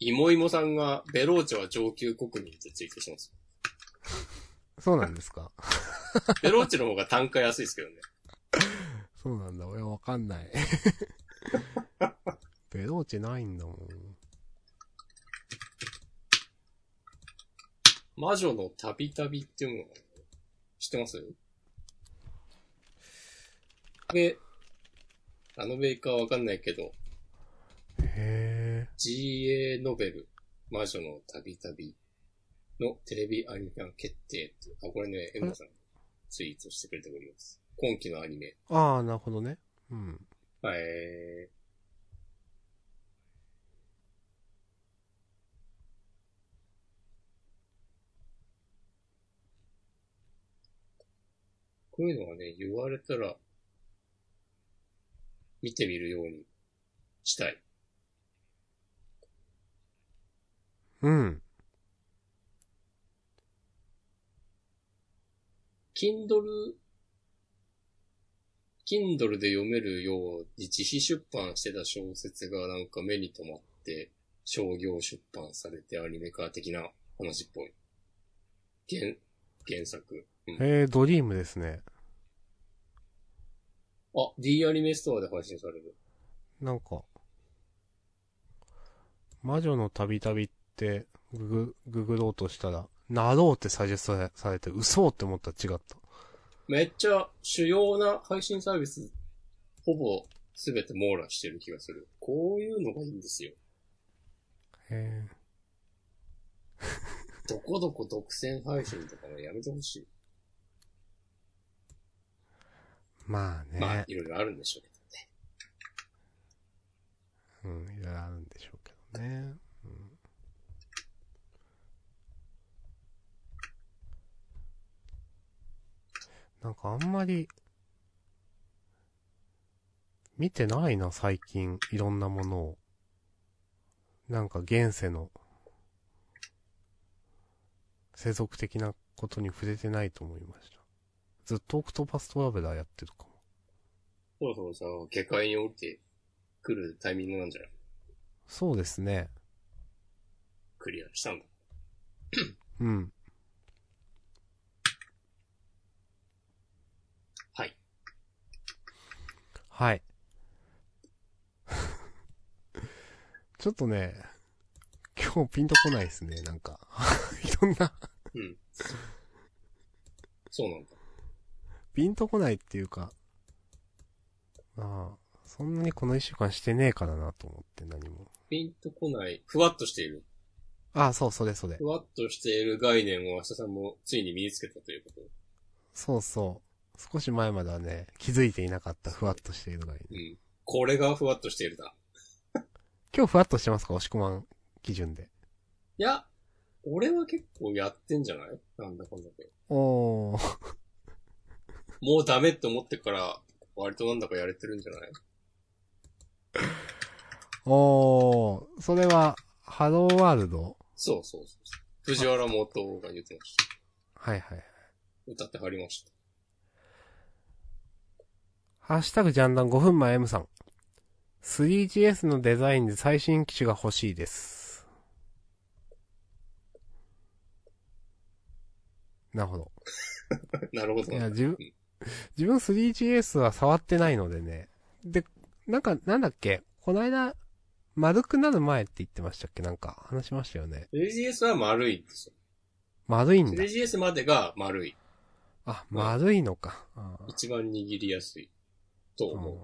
Speaker 2: いもいもさんが、ベローチェは上級国民ってツイートしてます。
Speaker 1: そうなんです か
Speaker 2: ベローチェの方が単価安いですけどね。
Speaker 1: そうなんだ、俺はわかん ない。ベローチェないんだもん。
Speaker 2: 魔女のたびたびっていうのが、知ってますで、あのメーカーわかんないけど、
Speaker 1: へ
Speaker 2: GA ノベル、魔女のたびたびのテレビアニメ化決定ってあ、これね、エンマさん、ツイートしてくれております。今期のアニメ。
Speaker 1: ー。ああ、なるほどね。うん。
Speaker 2: えー、こういうのはね、言われたら、見てみるようにしたい。
Speaker 1: うん。
Speaker 2: Kindle、Kindle で読めるように自費出版してた小説がなんか目に留まって商業出版されてアニメ化的な話っぽい。原、原作。うん、あ、
Speaker 1: えー、ドリームですね。
Speaker 2: D アニメストアで配信される。
Speaker 1: なんか、魔女のたびたびって、ググ、ググろうとしたら、なろうってサジェストされて、嘘って思ったら違った。
Speaker 2: めっちゃ主要な配信サービス、ほぼすべて網羅してる気がする。こういうのがいいんですよ。
Speaker 1: へえ。
Speaker 2: どこどこ独占配信とかもやめてほしい。
Speaker 1: まあね。
Speaker 2: まあ、いろいろあるんでしょうけど。
Speaker 1: うん、いろいろあるんでしょうけどね。うん、なんかあんまり、見てないな、最近。いろんなものを。なんか現世の、世俗的なことに触れてないと思いました。ずっとオクトパストラベラーやってるかも。
Speaker 2: そろそろさ、下界に降りてくるタイミングなんじゃない
Speaker 1: そうですね。
Speaker 2: クリアしたんだ。
Speaker 1: うん。
Speaker 2: はい。
Speaker 1: はい。 ちょっとね、今日ピンとこないですね、なんか。 いろんな、
Speaker 2: うん。そうなんだ。
Speaker 1: ピンとこないっていうか、まあ、そんなにこの一週間してねえからなと思って何も。
Speaker 2: ピンとこない、ふわっとしている。
Speaker 1: ああ、そう、それそれ。
Speaker 2: ふわっとしている概念を明日さんもついに身につけたということ。
Speaker 1: そうそう。少し前まではね、気づいていなかったふわっとしているのがいい、
Speaker 2: うん。これがふわっとしているだ。
Speaker 1: 今日ふわっとしてますか押し込まん基準で。
Speaker 2: いや、俺は結構やってんじゃないなんだかんだで。
Speaker 1: おー。
Speaker 2: もうダメって思ってから、割となんだかやれてるんじゃない
Speaker 1: おー。それは、ハローワールド
Speaker 2: そうそうそうそう。藤原元が言ってました。
Speaker 1: はいはい。
Speaker 2: 歌ってはりました。
Speaker 1: ハッシュタグジャンダン5分前 M さん。3GS のデザインで最新機種が欲しいです。なるほど。
Speaker 2: なるほど
Speaker 1: い
Speaker 2: な。
Speaker 1: や、自分、自分 3GS は触ってないのでね。で、なんか、なんだっけこの間、丸くなる前って言ってましたっけなんか、話しましたよね。
Speaker 2: 3GS は丸いんですよ。
Speaker 1: 丸いんだ。
Speaker 2: 3GS までが丸い。
Speaker 1: あ、丸いのか。あー
Speaker 2: 一番握りやすい。と思う。
Speaker 1: うん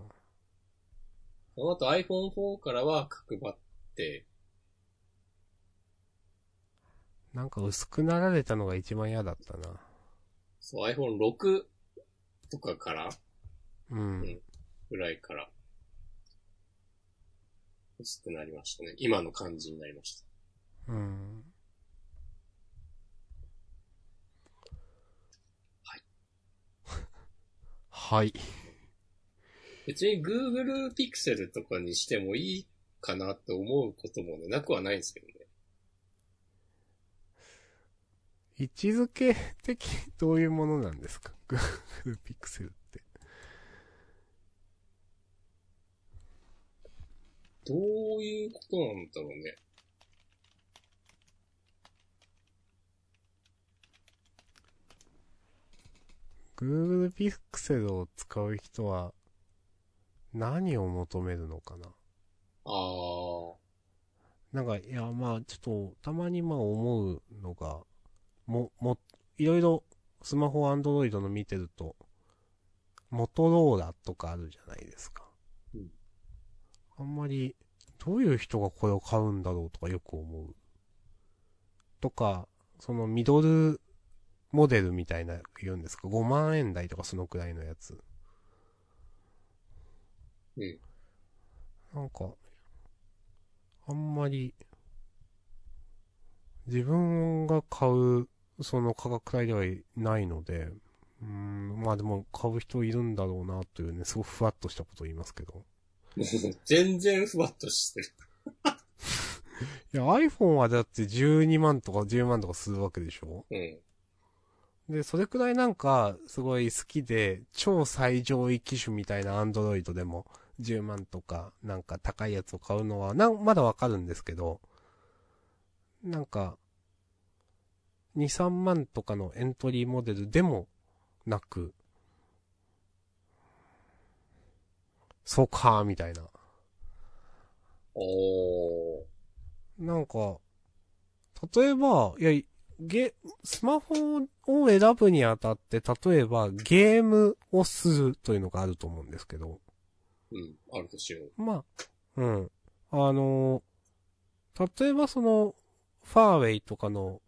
Speaker 2: その後 iPhone4 からは角張って、
Speaker 1: なんか薄くなられたのが一番嫌だったな。
Speaker 2: そう iPhone6 とかから
Speaker 1: うん。
Speaker 2: ぐらいから、薄くなりましたね。今の感じになりました。
Speaker 1: うん。はい。はい。
Speaker 2: 別に Google Pixel とかにしてもいいかなって思うこともね、なくはないんですけどね。
Speaker 1: 位置づけ的にどういうものなんですか ?Google Pixel って。
Speaker 2: どういうことなんだろうね。
Speaker 1: Google Pixel を使う人は何を求めるのかな
Speaker 2: ああ、
Speaker 1: なんか、いや、まあ、ちょっと、たまにまあ思うのが、も、も、いろいろ、スマホ、アンドロイドの見てると、モトローラとかあるじゃないですか。
Speaker 2: うん
Speaker 1: あんまり、どういう人がこれを買うんだろうとかよく思う。とか、そのミドルモデルみたいな言うんですか ?5 万円台とかそのくらいのやつ。
Speaker 2: うん。
Speaker 1: なんか、あんまり、自分が買う、その価格帯ではいないので、うーん、まあでも買う人いるんだろうなというね、すごくふわっとしたことを言いますけど。
Speaker 2: もう 全然ふわっとしてる。
Speaker 1: いや、iPhone はだって12万とか10万とかするわけでしょ
Speaker 2: うん。
Speaker 1: で、それくらいなんか、すごい好きで、超最上位機種みたいな Android でも、10万とか、なんか高いやつを買うのは、なん、まだわかるんですけど、なんか、2、3万とかのエントリーモデルでもなく、そうか、みたいな。
Speaker 2: おー。
Speaker 1: なんか、例えば、いや、ゲ、スマホを選ぶにあたって、例えばゲームをするというのがあると思うんですけど、
Speaker 2: うん。あるとしよう。
Speaker 1: まあ、うん。あの、例えばその、ファーウェイとかの、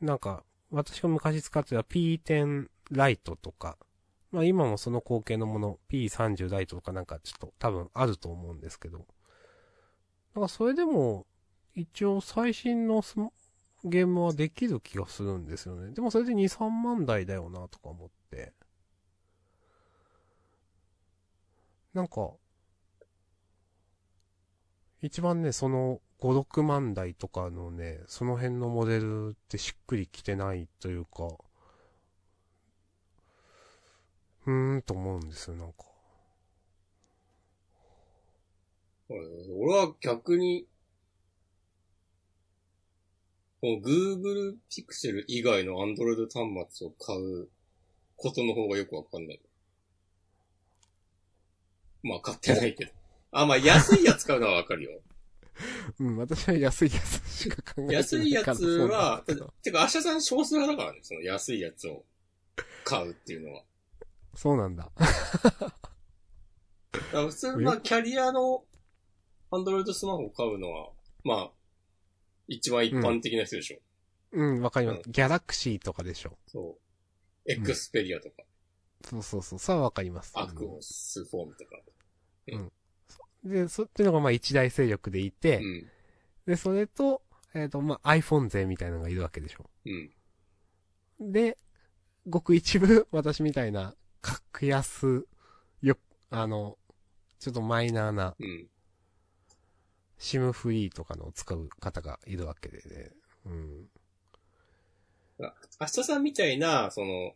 Speaker 1: なんか、私が昔使ってた P10 ライトとか、まあ今もその後継のもの P30 ライトとかなんかちょっと多分あると思うんですけど、なんかそれでも、一応最新のスマゲームはできる気がするんですよね。でもそれで2、3万台だよなとか思って。なんか、一番ね、その5、6万台とかのね、その辺のモデルってしっくりきてないというか、うーんと思うんですよ、なんか。
Speaker 2: うん俺は逆に、この Google Pixel 以外の Android 端末を買うことの方がよくわかんない。まあ買ってないけど。あ、まあ安いやつ買うのはわ かるよ。
Speaker 1: うん、私は安いやつしか考えてない
Speaker 2: 安いや
Speaker 1: から
Speaker 2: つ
Speaker 1: そうなん
Speaker 2: は
Speaker 1: ですけど、
Speaker 2: てか、アシャさん少数派だからね、その安いやつを買うっていうのは。
Speaker 1: そうなんだ。
Speaker 2: だから普通、まあ、キャリアの、アンドロイドスマホを買うのは、まあ、一番一般的な人でしょ。
Speaker 1: うん、わかります。ギャラクシーとかでしょ。
Speaker 2: そう。エクスペリアとか、
Speaker 1: そうそうそう、さあわかります。
Speaker 2: アクオスフォームとか。
Speaker 1: で、そっていうのがまあ一大勢力でいうて、
Speaker 2: ん。
Speaker 1: で、それと、えっ、と、まあ iPhone 勢みたいなのがいるわけでしょ。
Speaker 2: うん。
Speaker 1: で、ごく一部、私みたいな、格安、よ、あの、ちょっとマイナーな、
Speaker 2: うん。
Speaker 1: シムフリーとかのを使う方がいるわけでね。うん。
Speaker 2: 明日さんみたいな、その、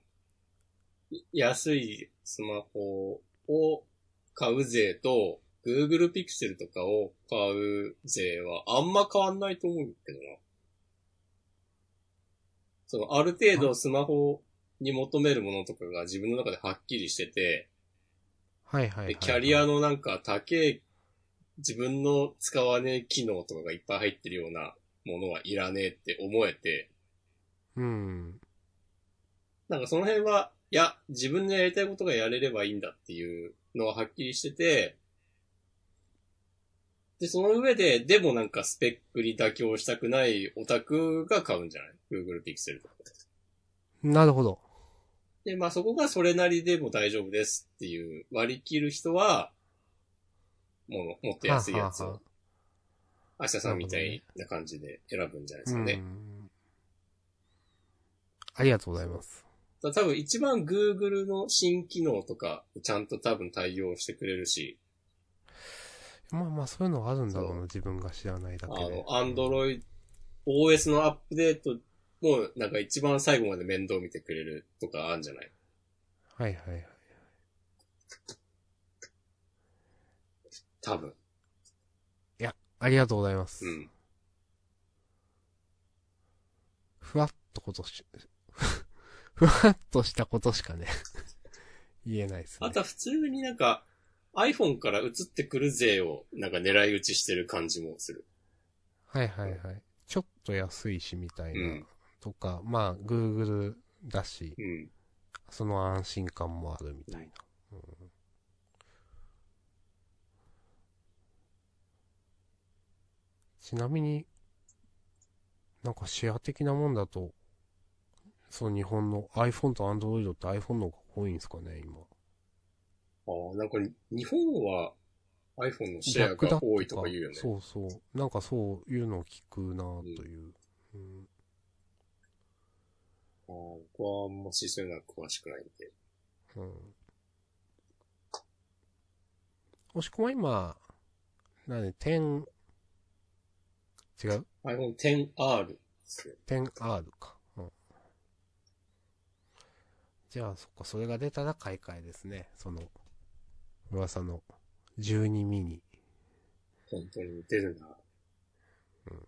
Speaker 2: い安いスマホを買う税と、Google Pixel とかを買う税はあんま変わんないと思うけどな。その、ある程度スマホに求めるものとかが自分の中ではっきりしてて、
Speaker 1: はいはい、は
Speaker 2: で
Speaker 1: い。
Speaker 2: キャリアのなんか高い、自分の使わねえ機能とかがいっぱい入ってるようなものはいらねえって思えて、
Speaker 1: うん。
Speaker 2: なんかその辺は、いや、自分でやりたいことがやれればいいんだっていうのははっきりしてて、で、その上で、でもなんかスペックに妥協したくないオタクが買うんじゃない ?Google Pixel とか。
Speaker 1: なるほど。
Speaker 2: で、まあそこがそれなりでも大丈夫ですっていう割り切る人は、もの、もっと安いやつ
Speaker 1: はあは
Speaker 2: を、明日さんみたいな感じで選ぶんじゃないですかね。
Speaker 1: うん。ありがとうございます。
Speaker 2: だ多分一番 Google の新機能とか、ちゃんと多分対応してくれるし、
Speaker 1: まあまあ、そういうのはあるんだろう
Speaker 2: そ
Speaker 1: な、
Speaker 2: う
Speaker 1: 自分が知らないだ
Speaker 2: あ
Speaker 1: けで
Speaker 2: の、。Android、OS のアップデートも、なんか一番最後まで面倒見てくれるとかあるんじゃない
Speaker 1: はいはいはい。
Speaker 2: 多分。
Speaker 1: ありがとうございます。
Speaker 2: うん。
Speaker 1: ふわっとことし、 ふわっとしたことしかね、 言えないですね。
Speaker 2: あとは普通になんか、iPhone から移ってくる税を、なんか狙い撃ちしてる感じもする。
Speaker 1: はいはいはい。ちょっと安いしみたいな。
Speaker 2: うん
Speaker 1: とか、まあ、Google だし、
Speaker 2: うん。
Speaker 1: その安心感もあるみたいな。うんちなみに、なんかシェア的なもんだと、その日本の iPhone と Android って iPhone の方が多いんですかね、今。
Speaker 2: ああ、なんか日本は iPhone のシェア
Speaker 1: 逆だ
Speaker 2: が
Speaker 1: と
Speaker 2: 多いとか言うよね。
Speaker 1: そうそう。なんかそういうのを聞くなという。うん
Speaker 2: ああ僕はあんましそういうのは詳しくないんで。
Speaker 1: うん。押し込ま今、なんで、10、違う
Speaker 2: iPhone XR ですね。
Speaker 1: ?10R か。うん。じゃあ、そっか、それが出たら買い替えですね。その、噂の12ミニ。
Speaker 2: 本当に出るな。
Speaker 1: うん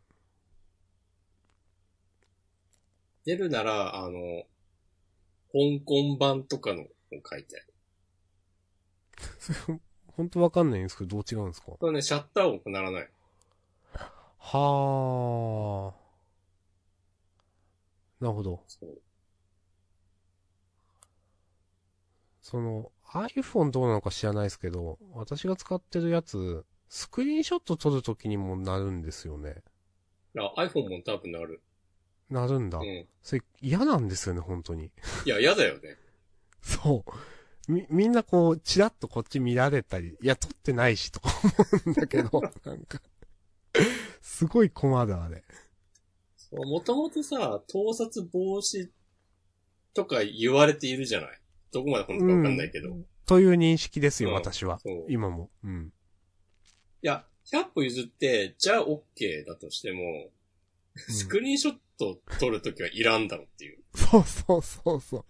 Speaker 2: 出るなら、あの、香港版とかのを買いたい。
Speaker 1: ほんとわかんないんですけど、どう違うんですか
Speaker 2: これね、シャッター音鳴らない。
Speaker 1: はあ。なるほど。
Speaker 2: そう。
Speaker 1: その iPhone どうなのか知らないですけど、私が使ってるやつ、スクリーンショット撮るときにもなるんですよね。
Speaker 2: あ iPhone も多分鳴る。
Speaker 1: なるんだ
Speaker 2: うん。。い
Speaker 1: それ嫌なんですよね、本当に。
Speaker 2: や、嫌だよね。
Speaker 1: そう。み、みんなこう、チラッとこっち見られたり、いや、撮ってないし、とか思うんだけ ど、なんか、すごい困る、あれ。
Speaker 2: もともとさ、盗撮防止とか言われているじゃないどこまで本当かわかんないけど。
Speaker 1: うという認識ですよ、
Speaker 2: うん
Speaker 1: 私は。
Speaker 2: そう
Speaker 1: 今も。うん。
Speaker 2: いや、100歩譲って、じゃあ OK だとしても、スクリーンショット撮るときはいらんだろっていう。
Speaker 1: そうそうそうそう。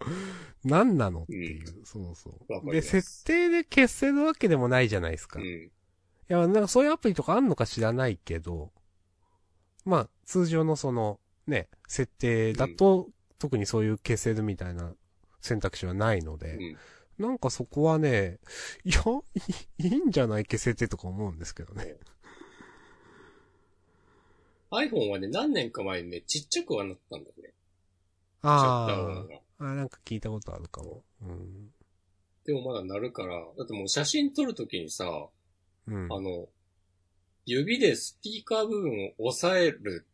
Speaker 1: 何なのっていう。そう
Speaker 2: わか
Speaker 1: そう。
Speaker 2: りま
Speaker 1: で、
Speaker 2: す
Speaker 1: 設定で消せるわけでもないじゃないですか。
Speaker 2: う
Speaker 1: い
Speaker 2: ん。
Speaker 1: や、なんかそういうアプリとかあんのか知らないけど、まあ、通常のその、ね、設定だと、特にそういう消せるみたいな選択肢はないの
Speaker 2: う
Speaker 1: で、
Speaker 2: ん。
Speaker 1: なんかそこはね、いや、いいいいんじゃない消せてとか思うんですけどね。
Speaker 2: iPhone はね、何年か前にね、ちっちゃくはなったんだよね。シャッター
Speaker 1: あ
Speaker 2: 音が。
Speaker 1: あ、あなんか聞いたことあるかも。うん。
Speaker 2: でもまだなるから、だってもう写真撮るときにさ、
Speaker 1: うん。
Speaker 2: あの、指でスピーカー部分を押さえる、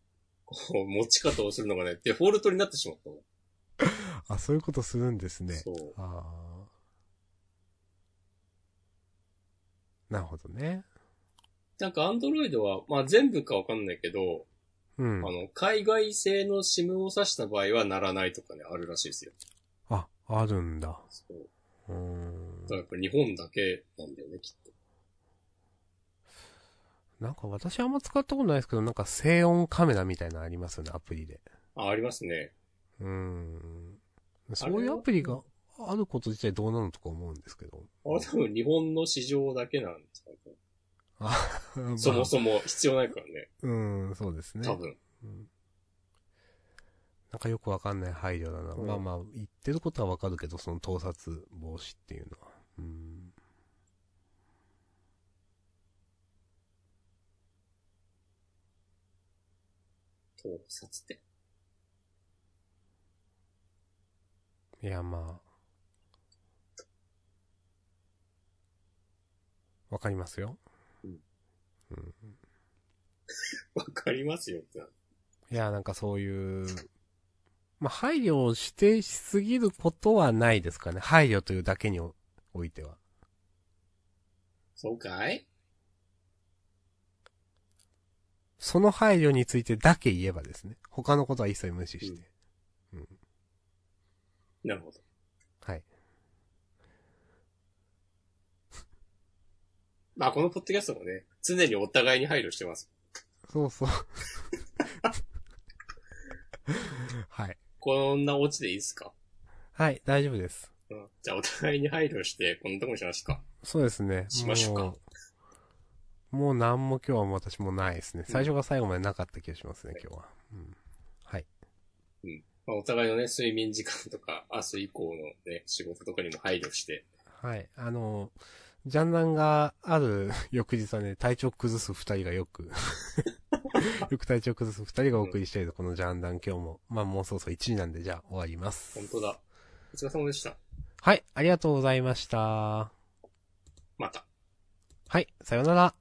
Speaker 2: こう、持ち方をするのがね、デフォルトになってしまったの。
Speaker 1: あ、そういうことするんですね。
Speaker 2: そう。
Speaker 1: ああ。なるほどね。
Speaker 2: なんか、アンドロイドは、まあ全部かわかんないけど、
Speaker 1: うん
Speaker 2: あ。の、海外製の SIM を挿した場合はならないとかね、あるらしいですよ。
Speaker 1: あ、あるんだ。
Speaker 2: そう。
Speaker 1: うーん
Speaker 2: だからやっぱ日本だけなんだよね、きっと。
Speaker 1: なんか私あんま使ったことないですけど、なんか静音カメラみたいなのありますよね、アプリで。
Speaker 2: あ、ありますね。
Speaker 1: うーん。そういうアプリがあること自体どうなのとか思うんですけど。
Speaker 2: あれ多分日本の市場だけなんですかね。
Speaker 1: あ、まあ
Speaker 2: そもそも必要ないからね、
Speaker 1: うーん、そうですね。
Speaker 2: 多分。
Speaker 1: うんなんかよくわかんない配慮だな。
Speaker 2: うん
Speaker 1: まあまあ、言ってることはわかるけど、その盗撮防止っていうのは。うん。
Speaker 2: 盗撮って。
Speaker 1: いや、まあ。わかりますよ。
Speaker 2: うん
Speaker 1: うん
Speaker 2: わかりますよってな。
Speaker 1: いや、なんかそういう、まあ、配慮を指定しすぎることはないですかね。配慮というだけにおおいては。
Speaker 2: そうかい
Speaker 1: その配慮についてだけ言えばですね。他のことは一切無視して。
Speaker 2: なるほど。
Speaker 1: はい。
Speaker 2: まあ、このポッドキャストもね、常にお互いに配慮してます。
Speaker 1: そうそう。はい。
Speaker 2: こんなオチでいいですか
Speaker 1: はい、大丈夫です。
Speaker 2: うん。じゃあ、お互いに配慮して、こんなとこにしますか。
Speaker 1: そうですね。
Speaker 2: しましょうか
Speaker 1: もう。もう何も今日は私もないですね。最初から最後までなかった気がしますね、今日は。うん、はい。
Speaker 2: まあ、お互いのね、睡眠時間とか、明日以降のね、仕事とかにも配慮して。
Speaker 1: はい。あの、ジャンダンがある 翌日はね、体調崩す二人がよ く、よく体調崩す二人がお送りしているこのジャンダン今日も、まあもうそろそろ1時なんで、じゃあ終わります。
Speaker 2: 本当だ。お疲れ様でした。
Speaker 1: はい、ありがとうございました。
Speaker 2: また。
Speaker 1: はい、さようなら。